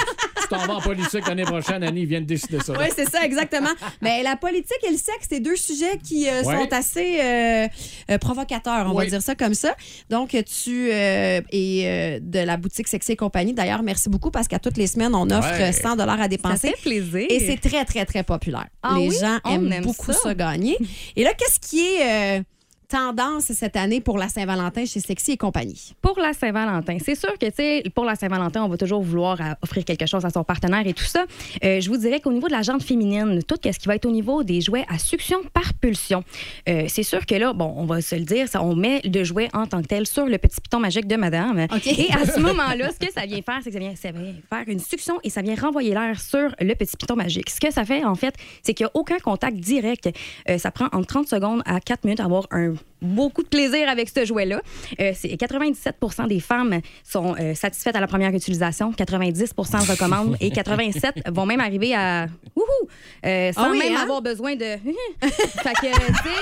[SPEAKER 3] tu t'en vas en politique l'année prochaine, Annie, vient de décider ça.
[SPEAKER 4] Oui, c'est ça, exactement. Mais la politique et le sexe, c'est deux sujets qui euh,
[SPEAKER 3] Ouais.
[SPEAKER 4] sont assez euh, euh, provocateurs, on
[SPEAKER 3] Ouais.
[SPEAKER 4] va dire ça comme ça. Donc, tu euh, es euh, de la boutique Sexy et compagnie. D'ailleurs, merci beaucoup parce qu'à toutes les semaines, on offre
[SPEAKER 12] Ouais.
[SPEAKER 4] 100 dollars à dépenser.
[SPEAKER 12] fait plaisir.
[SPEAKER 4] Et c'est très, très, très populaire.
[SPEAKER 12] Ah
[SPEAKER 4] les
[SPEAKER 12] oui?
[SPEAKER 4] gens
[SPEAKER 12] On
[SPEAKER 4] aiment
[SPEAKER 12] aime
[SPEAKER 4] beaucoup
[SPEAKER 12] ça.
[SPEAKER 4] ça. gagner. Et là, qu'est-ce qui est euh, tendance cette année pour la Saint-Valentin chez Sexy et compagnie?
[SPEAKER 12] Pour la Saint-Valentin, c'est sûr que, tu sais, pour la Saint-Valentin, on va toujours vouloir euh, offrir quelque chose à son partenaire et tout ça. Euh, je vous dirais qu'au niveau de la jante féminine, tout ce qui va être au niveau des jouets à succion par pulsion, euh, c'est sûr que là, bon, on va se le dire, ça, on met le jouet en tant que tel sur le petit piton magique de madame. Et à ce moment-là, ce que ça vient faire, c'est que ça vient, ça vient faire une succion et ça vient renvoyer l'air sur le petit piton magique. Ce que ça fait, en fait, c'est qu'il n'y a aucun contact direct. Euh, ça prend entre 30 secondes à 4 minutes à avoir un beaucoup de plaisir avec ce jouet-là. Euh, c'est 97 des femmes sont euh, satisfaites à la première utilisation, 90 recommandent et 87 vont même arriver à wouhou, euh, sans Ah oui, même hein? avoir besoin de. fait que, tu sais,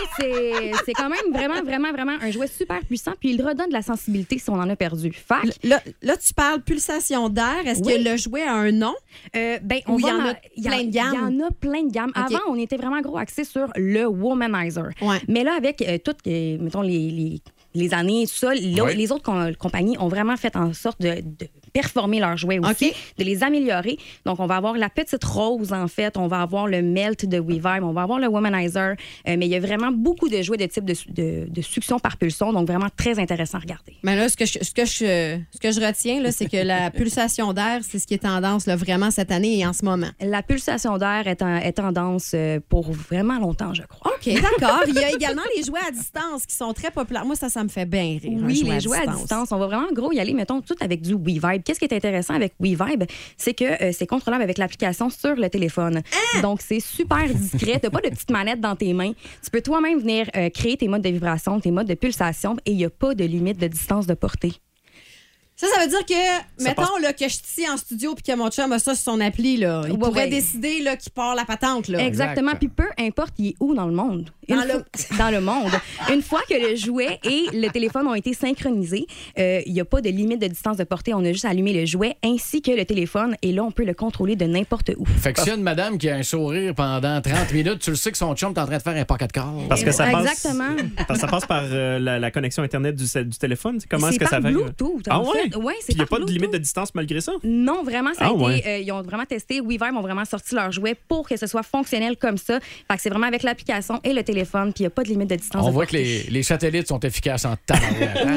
[SPEAKER 12] c'est- c'est quand même vraiment, vraiment, vraiment un jouet super puissant, puis il redonne de la sensibilité si on en a perdu. Fac.
[SPEAKER 4] Là, là, tu parles pulsation d'air. Est-ce que le jouet a un nom?
[SPEAKER 12] ben,
[SPEAKER 4] Ou
[SPEAKER 12] on
[SPEAKER 4] il y
[SPEAKER 12] va
[SPEAKER 4] en
[SPEAKER 12] ma-
[SPEAKER 4] a
[SPEAKER 12] il y en-
[SPEAKER 4] plein de
[SPEAKER 12] Il
[SPEAKER 4] gammes?
[SPEAKER 12] y en a plein de gammes.
[SPEAKER 4] OK.
[SPEAKER 12] Avant, on était vraiment gros axé sur le womanizer. Mais là, avec euh, toutes, euh, mettons, les, les, les années et tout ça, l'au-
[SPEAKER 13] Ouais.
[SPEAKER 12] les autres com- compagnies ont vraiment fait en sorte de, de performer leurs jouets aussi, de les améliorer. Donc, on va avoir la petite rose, en fait. On va avoir le melt de Weaver, on va avoir le womanizer. Euh, mais il y a vraiment beaucoup de jouets de type de, su- de, de succion par pulsion. Donc, vraiment très intéressant à regarder.
[SPEAKER 4] Mais là, ce que je, ce que je, ce que je retiens, là, c'est que la pulsation d'air, c'est ce qui est tendance là, vraiment cette année et en ce moment.
[SPEAKER 12] La pulsation d'air est, en- est tendance euh, pour vraiment longtemps, je crois.
[SPEAKER 4] OK, d'accord. Il y a également les jouets à distance qui sont très populaires. Moi, ça, ça me fait bien rire. un
[SPEAKER 12] Oui,
[SPEAKER 4] jouet
[SPEAKER 12] les jouets à distance. On va vraiment, en gros, y aller, mettons, tout avec du WeVibe. Qu'est-ce qui est intéressant avec WeVibe? C'est que euh, c'est contrôlable avec l'application sur le téléphone. Donc, c'est super discret. T'as pas de petite manette dans tes mains. Tu peux toi-même venir euh, créer tes modes de vibration, tes modes de pulsation et il n'y a pas de limite de distance de portée.
[SPEAKER 4] Ça, ça veut dire que,
[SPEAKER 12] Ça
[SPEAKER 4] mettons
[SPEAKER 12] passe-
[SPEAKER 4] là, que je suis ici en studio puis que mon chum a ça sur son appli, là. il
[SPEAKER 12] Ouais,
[SPEAKER 4] pourrait
[SPEAKER 12] ouais.
[SPEAKER 4] décider là, qu'il part la patente. Là.
[SPEAKER 12] Exactement. Puis peu importe, il est où dans le monde. Une
[SPEAKER 4] Dans le-
[SPEAKER 12] fois- dans le monde. Une fois que le jouet et le téléphone ont été synchronisés, euh, il n'y a pas de limite de distance de portée. On a juste allumé le jouet ainsi que le téléphone et là, on peut le contrôler de n'importe où.
[SPEAKER 3] Fait que s'il y a une madame qui a un sourire pendant 30 minutes, tu le sais que son chum est en train de faire un pocket car.
[SPEAKER 6] Parce que ça passe-
[SPEAKER 12] Exactement.
[SPEAKER 6] Parce que ça passe par euh, la, la connexion Internet du, cell- du téléphone. C'est Comment
[SPEAKER 12] C'est
[SPEAKER 6] est-ce que
[SPEAKER 12] par
[SPEAKER 6] ça fait?
[SPEAKER 12] Bluetooth,
[SPEAKER 6] Ah
[SPEAKER 12] en
[SPEAKER 6] ouais?
[SPEAKER 12] fait. Ouais, c'est
[SPEAKER 6] Puis il n'y a
[SPEAKER 12] par
[SPEAKER 6] pas de limite de distance malgré ça?
[SPEAKER 12] Non, vraiment, ça a
[SPEAKER 6] Ah
[SPEAKER 12] été,
[SPEAKER 6] ouais.
[SPEAKER 12] euh, ils ont vraiment testé. Weaver ont vraiment sorti leur jouet pour que ce soit fonctionnel comme ça. Fait que c'est vraiment avec l'application et le téléphone, puis il n'y a pas de limite de distance.
[SPEAKER 3] On
[SPEAKER 12] de
[SPEAKER 3] voit que
[SPEAKER 12] portée.
[SPEAKER 3] les, les satellites sont efficaces en temps.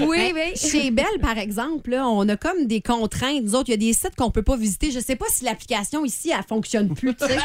[SPEAKER 12] Oui,
[SPEAKER 4] oui. Ben, Chez Belle, par exemple, là, on a comme des contraintes. Nous autres, il y a des sites qu'on peut pas visiter. Je sais pas si l'application ici, elle fonctionne plus. tu sais.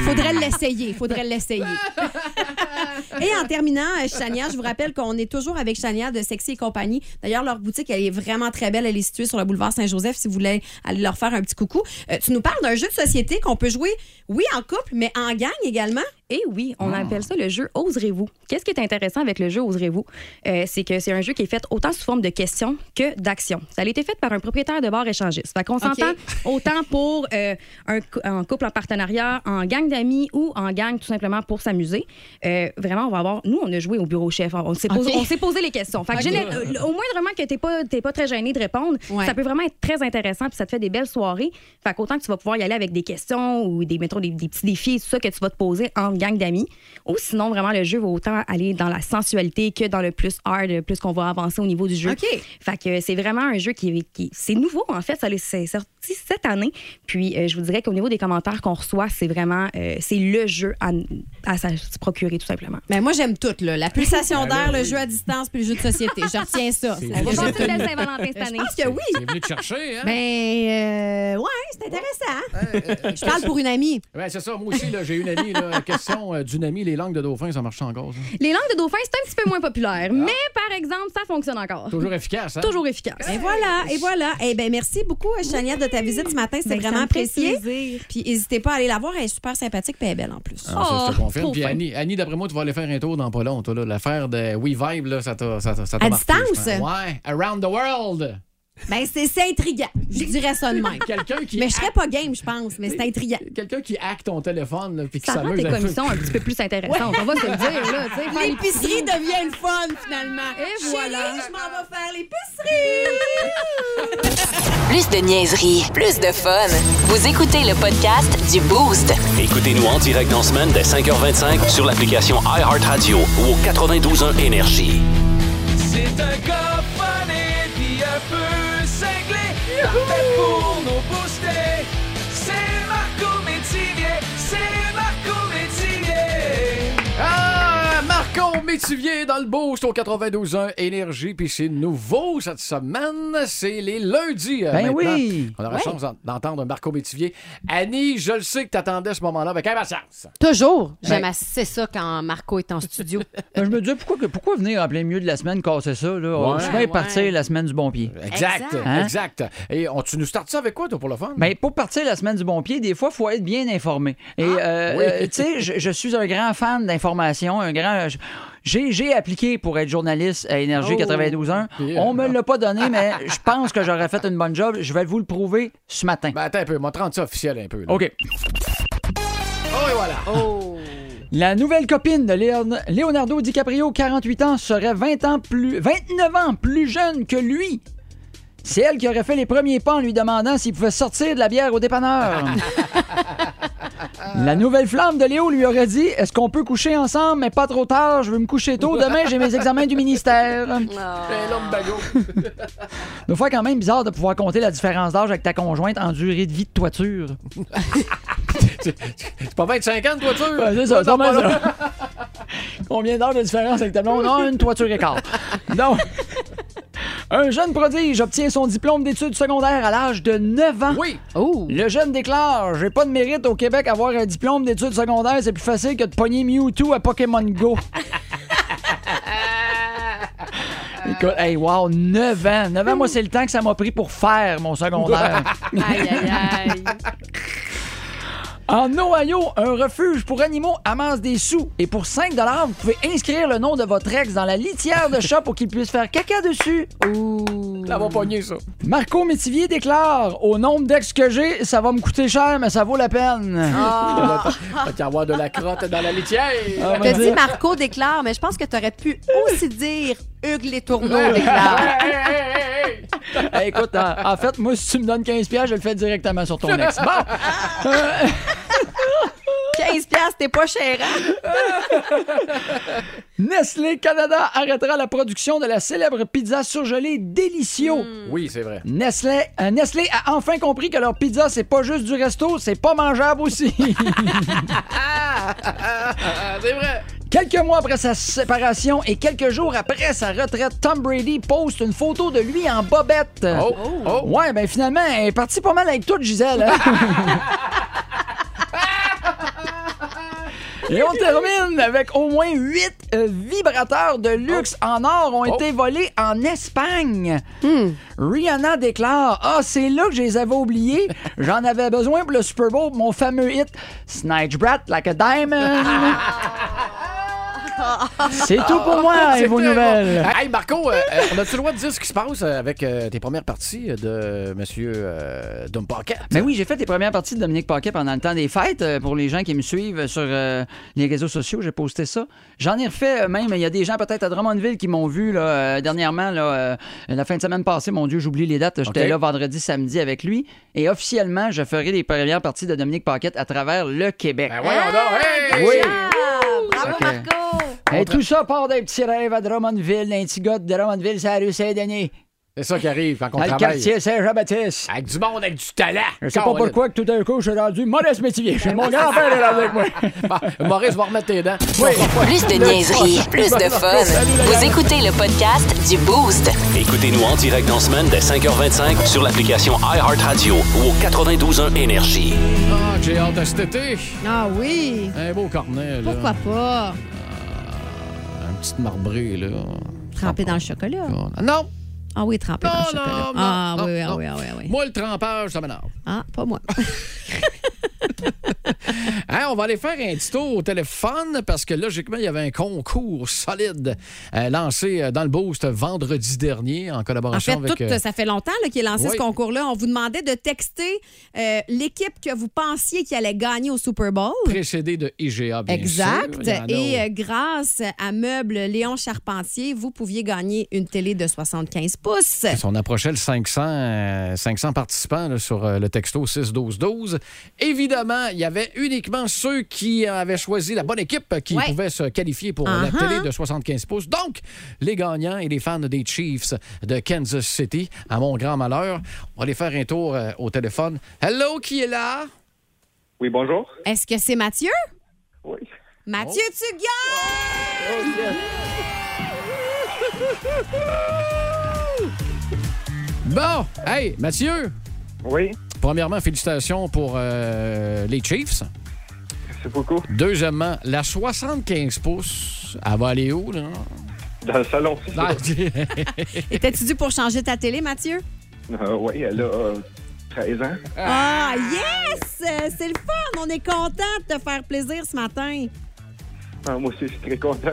[SPEAKER 4] Faudrait l'essayer. Faudrait l'essayer. et en terminant, euh, Chania, je vous rappelle qu'on est toujours avec Chania de Sexy et compagnie. D'ailleurs, leur boutique, elle est vraiment très belle. Isabelle, elle est située sur le boulevard Saint-Joseph si vous voulez aller leur faire un petit coucou. Euh, tu nous parles d'un jeu de société qu'on peut jouer, oui, en couple, mais en gang également.
[SPEAKER 12] Et Eh oui, on appelle ça le jeu Oserez-vous. Qu'est-ce qui est intéressant avec le jeu Oserez-vous? Euh, c'est que c'est un jeu qui est fait autant sous forme de questions que d'actions. Ça a été fait par un propriétaire de bar échangiste. Fait qu'on
[SPEAKER 4] OK.
[SPEAKER 12] s'entend autant pour euh, un, cou- en couple en partenariat, en gang d'amis ou en gang tout simplement pour s'amuser. Euh, vraiment, on va avoir. Nous, on a joué au bureau chef. On s'est posé,
[SPEAKER 4] OK.
[SPEAKER 12] on s'est posé les questions. Fait que
[SPEAKER 4] OK.
[SPEAKER 12] géné- euh, au moindrement que tu n'es pas, t'es pas très gêné de répondre,
[SPEAKER 4] Ouais.
[SPEAKER 12] ça peut vraiment être très intéressant puis ça te fait des belles soirées. Fait qu'autant que tu vas pouvoir y aller avec des questions ou des, mettons, des, des petits défis et tout ça que tu vas te poser en gang d'amis. Ou sinon, vraiment, le jeu va autant aller dans la sensualité que dans le plus hard, le plus qu'on va avancer au niveau du jeu. Fait que c'est vraiment un jeu qui, qui c'est nouveau, en fait. Ça l'est- c'est sorti cette année. Puis euh, je vous dirais qu'au niveau des commentaires qu'on reçoit, c'est vraiment, euh, c'est le jeu à, à se procurer, tout simplement.
[SPEAKER 4] Ben moi, j'aime tout, là. La pulsation
[SPEAKER 12] Ben là,
[SPEAKER 4] d'air, le
[SPEAKER 12] oui.
[SPEAKER 4] jeu à distance puis le jeu de société. Je retiens ça.
[SPEAKER 12] C'est
[SPEAKER 4] Ça,
[SPEAKER 12] vrai.
[SPEAKER 4] je-
[SPEAKER 12] On va passer la Saint-Valentin cette année.
[SPEAKER 4] Je pense que oui.
[SPEAKER 3] C'est venu te chercher, hein?
[SPEAKER 4] Ben, euh, ouais, c'est intéressant. Je parle pour une amie.
[SPEAKER 3] Ouais, c'est ça. Moi aussi, là, j'ai une amie. Là, question euh, d'une amie, les langues de dauphin, ça marche encore. ça. Ah.
[SPEAKER 12] Les langues de dauphin, c'est un petit peu moins populaire, mais par exemple, ça fonctionne encore.
[SPEAKER 3] Toujours efficace, hein?
[SPEAKER 12] Toujours efficace.
[SPEAKER 4] Et voilà, et voilà. Eh ben merci beaucoup, Chania, de ta visite ce matin. C'était
[SPEAKER 12] Ben, ça
[SPEAKER 4] vraiment
[SPEAKER 12] me fait
[SPEAKER 4] apprécié. Puis n'hésitez pas à aller la voir. Elle est super sympathique et elle est belle en plus.
[SPEAKER 3] Ah, ça, je te confirme. Puis Annie, Annie d'après moi, tu vas aller faire un tour dans pas long. toi, là. L'affaire de We Vibe, là, ça t'a ça t'a- ça t'a
[SPEAKER 4] À
[SPEAKER 3] marqué, je
[SPEAKER 4] distance?
[SPEAKER 3] pense. Ouais, around the world.
[SPEAKER 4] Ben, c'est c'est intriguant. Je dirais ça de même.
[SPEAKER 3] Quelqu'un qui.
[SPEAKER 4] Mais je serais pas game, je pense, mais c'est intriguant.
[SPEAKER 3] Quelqu'un qui hack ton téléphone, là, puis qui
[SPEAKER 12] Ça rend
[SPEAKER 3] s'amuse
[SPEAKER 12] tes
[SPEAKER 3] un peu.
[SPEAKER 12] commissions un petit peu plus intéressantes. On va se le dire, là. tu sais, faire les
[SPEAKER 4] L'épicerie
[SPEAKER 12] petits-
[SPEAKER 4] devient le fun, finalement.
[SPEAKER 12] Et
[SPEAKER 4] Chérie,
[SPEAKER 12] voilà.
[SPEAKER 4] je m'en vais faire l'épicerie.
[SPEAKER 5] Plus de niaiserie, plus de fun. Vous écoutez le podcast du Boost.
[SPEAKER 2] Écoutez-nous en direct dans la semaine dès 5h25 sur l'application iHeartRadio ou au 92.1 Énergie.
[SPEAKER 10] C'est un gars fun et puis un peu cinglé. Parfait pour nos booster. C'est Marco Métivier. C'est Marco Métivier.
[SPEAKER 3] Ah, Marco Métivier dans le Boost au 92.1 Énergie, puis c'est nouveau cette semaine, c'est les lundis. euh,
[SPEAKER 10] Ben
[SPEAKER 3] maintenant.
[SPEAKER 10] oui.
[SPEAKER 3] On aura
[SPEAKER 10] Ouais.
[SPEAKER 3] la chance d'en- d'entendre Marco Métivier. Annie, je le sais que t'attendais ce moment-là avec impatience.
[SPEAKER 18] Toujours.
[SPEAKER 3] J'aime
[SPEAKER 18] assez ça quand Marco est en studio.
[SPEAKER 19] Ben, je me disais, pourquoi, que- pourquoi venir en plein milieu de la semaine casser ça? Là? On
[SPEAKER 3] Ouais.
[SPEAKER 19] se fait partir la semaine du bon pied.
[SPEAKER 3] Exact,
[SPEAKER 19] Hein?
[SPEAKER 3] exact. Et on, tu nous startes ça avec quoi, toi, pour le fun?
[SPEAKER 19] Ben, pour partir la semaine du bon pied, des fois, il faut être bien informé. Et, euh,
[SPEAKER 3] Ah, oui.
[SPEAKER 19] euh, tu sais, je, je suis un grand fan d'information, un grand. je- J'ai, j'ai appliqué pour être journaliste à Énergie
[SPEAKER 3] Oh.
[SPEAKER 19] 92.1. On me l'a pas donné, mais je pense que j'aurais fait une bonne job. Je vais vous le prouver ce matin.
[SPEAKER 3] Ben, attends un peu, moi, 30 ça officiel un peu. là.
[SPEAKER 19] OK.
[SPEAKER 3] Oh, et voilà.
[SPEAKER 19] La nouvelle copine de Léon- Leonardo DiCaprio, 48 ans, serait 20 ans plus, 29 ans plus jeune que lui. C'est elle qui aurait fait les premiers pas en lui demandant s'il pouvait sortir de la bière au dépanneur. la nouvelle flamme de Léo lui aurait dit Est-ce qu'on peut coucher ensemble, mais pas trop tard, je veux me coucher tôt, demain j'ai mes examens du ministère.
[SPEAKER 3] Ben, l'homme bagot.
[SPEAKER 19] Des fois, quand même bizarre de pouvoir compter la différence d'âge avec ta conjointe en durée de vie de toiture.
[SPEAKER 3] C'est pas 25 ans de toiture?
[SPEAKER 19] Ouais, c'est ça, c'est pas mal ça. Combien d'heures de différence avec ta blonde? Non, une toiture et quart. Donc, un jeune prodige obtient son diplôme d'études secondaires à l'âge de 9 ans. Oh.
[SPEAKER 3] Oui.
[SPEAKER 19] Le jeune déclare J'ai pas de mérite au Québec avoir un diplôme d'études secondaires, c'est plus facile que de pogner Mewtwo à Pokémon Go. Écoute, hey, wow, 9 ans. 9 ans, moi, c'est le temps que ça m'a pris pour faire mon secondaire. En Ohio, un refuge pour animaux amasse des sous. Et pour 5 vous pouvez inscrire le nom de votre ex dans la litière de chat pour qu'il puisse faire caca dessus. Ouh.
[SPEAKER 3] Ça va pogner, ça.
[SPEAKER 19] Marco Métivier déclare Au nombre d'ex que j'ai, ça va me coûter cher, mais ça vaut la peine.
[SPEAKER 10] Ah.
[SPEAKER 3] Fait qu'il y avoir de la crotte dans la litière.
[SPEAKER 19] Ah,
[SPEAKER 4] T'as dit Ben, Marco déclare, mais je pense que t'aurais pu aussi dire Hugues Les Tourneaux déclare.
[SPEAKER 19] Hey, écoute, en, en fait, moi, si tu me donnes 15$, piastres, je le fais directement sur ton ex. Bon! Euh,
[SPEAKER 4] 15 piastres, t'es pas cher. hein?
[SPEAKER 19] Nestlé Canada arrêtera la production de la célèbre pizza surgelée Delicio.
[SPEAKER 3] Mm. Oui, c'est vrai.
[SPEAKER 19] Nestlé, euh, Nestlé a enfin compris que leur pizza, c'est pas juste du resto, c'est pas mangeable aussi.
[SPEAKER 3] c'est vrai.
[SPEAKER 19] Quelques mois après sa séparation et quelques jours après sa retraite, Tom Brady poste une photo de lui en bobette.
[SPEAKER 10] Oh, oh.
[SPEAKER 19] Ouais, ben finalement, elle est partie pas mal avec toi, Gisèle. hein? Et on termine avec au moins 8 vibrateurs de luxe
[SPEAKER 3] Oh.
[SPEAKER 19] en or ont été volés en Espagne. Rihanna déclare Ah, c'est là que je les avais oubliés. J'en avais besoin pour le Super Bowl, mon fameux hit Snatch Brat like a diamond. C'est tout pour moi et
[SPEAKER 3] C'est
[SPEAKER 19] vos
[SPEAKER 3] très
[SPEAKER 19] nouvelles.
[SPEAKER 3] bon. Hey Marco, euh, euh, on a-tu le droit de dire ce qui se passe euh, avec euh, tes premières parties de Monsieur euh, Dom Pocket?
[SPEAKER 19] Ben oui, j'ai fait les premières parties de Dominique Paquet pendant le temps des fêtes. Euh, Pour les gens qui me suivent sur euh, les réseaux sociaux, j'ai posté ça. J'en ai refait euh, même. Il y a des gens peut-être à Drummondville qui m'ont vu là, euh, dernièrement, là, euh, la fin de semaine passée. Mon Dieu, j'oublie les dates. J'étais
[SPEAKER 3] OK.
[SPEAKER 19] là vendredi, samedi avec lui. Et officiellement, je ferai les premières parties de Dominique Paquet à travers le Québec.
[SPEAKER 10] Ah,
[SPEAKER 3] Ben voyons donc, hey!
[SPEAKER 19] Oui.
[SPEAKER 4] Bravo,
[SPEAKER 19] Ok.
[SPEAKER 4] Marco!
[SPEAKER 19] Et tout ça part d'un petit rêve à Drummondville, d'un petit gars de Drummondville, c'est la rue Saint-Denis.
[SPEAKER 3] C'est ça qui arrive quand on
[SPEAKER 19] Dans le
[SPEAKER 3] travaille.
[SPEAKER 19] quartier Saint-Jean-Baptiste.
[SPEAKER 3] Avec du monde, avec du talent.
[SPEAKER 19] Je sais pas pourquoi que tout d'un coup, je suis rendu Maurice Métivier. J'ai mon grand-père est là avec moi.
[SPEAKER 3] Maurice va remettre tes dents.
[SPEAKER 5] Plus de niaiserie, plus de fun. Vous écoutez le podcast du Boost.
[SPEAKER 2] Écoutez-nous en direct dans la semaine dès 5h25 sur l'application iHeartRadio ou au 92.1 Énergie.
[SPEAKER 3] Ah, que j'ai hâte à cet été.
[SPEAKER 4] Ah oui!
[SPEAKER 3] Un beau cornet, là.
[SPEAKER 4] Pourquoi pas?
[SPEAKER 3] Un petit marbré, là.
[SPEAKER 4] Tremper dans le chocolat.
[SPEAKER 3] Non!
[SPEAKER 4] Ah oui, tremper dans le
[SPEAKER 3] Oh
[SPEAKER 4] chocolat.
[SPEAKER 3] non,
[SPEAKER 4] ah
[SPEAKER 3] non,
[SPEAKER 4] oui, oui, ah
[SPEAKER 3] non.
[SPEAKER 4] oui, ah oui, ah oui.
[SPEAKER 3] Moi, le trempage, ça m'énerve.
[SPEAKER 4] Ah, pas moi.
[SPEAKER 3] Hein, on va aller faire un petit tour au téléphone parce que logiquement, il y avait un concours solide euh, lancé euh, dans le Boost vendredi dernier en
[SPEAKER 4] En fait,
[SPEAKER 3] collaboration avec.
[SPEAKER 4] tout,
[SPEAKER 3] euh,
[SPEAKER 4] ça fait longtemps là, qu'il est lancé
[SPEAKER 3] oui.
[SPEAKER 4] ce concours-là. On vous demandait de texter euh, l'équipe que vous pensiez qui allait gagner au Super Bowl.
[SPEAKER 3] Précédé de IGA, bien sûr.
[SPEAKER 4] Exact.
[SPEAKER 3] Il y en a
[SPEAKER 4] Et
[SPEAKER 3] au-
[SPEAKER 4] euh, grâce à Meubles Léon Charpentier, vous pouviez gagner une télé de 75 pouces.
[SPEAKER 3] On approchait le 500, euh, 500 participants là, sur euh, le texto 6-12-12. Évidemment, il y avait uniquement ceux qui avaient choisi la bonne équipe euh, qui
[SPEAKER 10] Ouais.
[SPEAKER 3] pouvaient se qualifier pour
[SPEAKER 10] Ah-ha.
[SPEAKER 3] la télé de 75 pouces. Donc, les gagnants et les fans des Chiefs de Kansas City, à mon grand malheur, on va aller faire un tour euh, au téléphone. Hello, qui est là?
[SPEAKER 9] Oui, bonjour.
[SPEAKER 4] Est-ce que c'est Mathieu?
[SPEAKER 9] Oui.
[SPEAKER 4] Mathieu,
[SPEAKER 3] Oh.
[SPEAKER 4] tu gagnes!
[SPEAKER 3] Bon, hey, Mathieu.
[SPEAKER 9] Oui.
[SPEAKER 3] Premièrement, félicitations pour euh, les Chiefs.
[SPEAKER 9] C'est beaucoup.
[SPEAKER 3] Deuxièmement, la 75 pouces, elle va aller où, là?
[SPEAKER 9] Dans le salon.
[SPEAKER 3] Ah,
[SPEAKER 4] Étais-tu dû pour changer ta télé, Mathieu?
[SPEAKER 9] Euh, oui, elle a euh, 13 ans.
[SPEAKER 4] Ah, yes! Euh, C'est le fun! On est content de te faire plaisir ce matin.
[SPEAKER 9] Ah, moi aussi, je suis très content.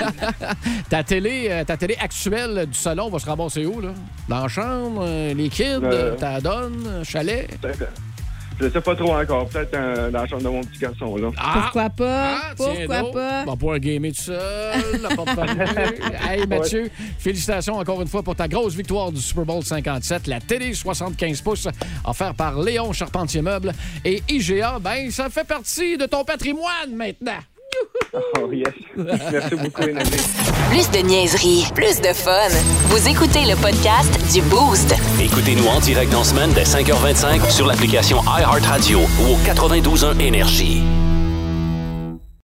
[SPEAKER 3] ta, télé, euh, ta télé actuelle du salon va se ramasser où, là? Dans la chambre, euh, les kids,
[SPEAKER 9] Euh.
[SPEAKER 3] euh, ta donne, euh, chalet?
[SPEAKER 9] Peut-être, euh, je sais pas trop encore. Peut-être euh, dans la chambre de mon petit garçon, là.
[SPEAKER 4] Pourquoi pas?
[SPEAKER 3] Ah! tiens
[SPEAKER 4] Pourquoi
[SPEAKER 3] donc.
[SPEAKER 4] pas?
[SPEAKER 3] Va pouvoir gamer tout seul, la porte fermée. Hey Mathieu, félicitations encore une fois pour ta grosse victoire du Super Bowl 57, la télé 75 pouces offerte par Léon Charpentier Meubles et IGA. Ben, ça fait partie de ton patrimoine maintenant.
[SPEAKER 9] Oh, yes. Merci beaucoup, les amis.
[SPEAKER 5] Plus de niaiserie, plus de fun. Vous écoutez le podcast du Boost.
[SPEAKER 2] Écoutez-nous en direct dans la semaine dès 5h25 sur l'application iHeartRadio ou au 92.1 Énergie.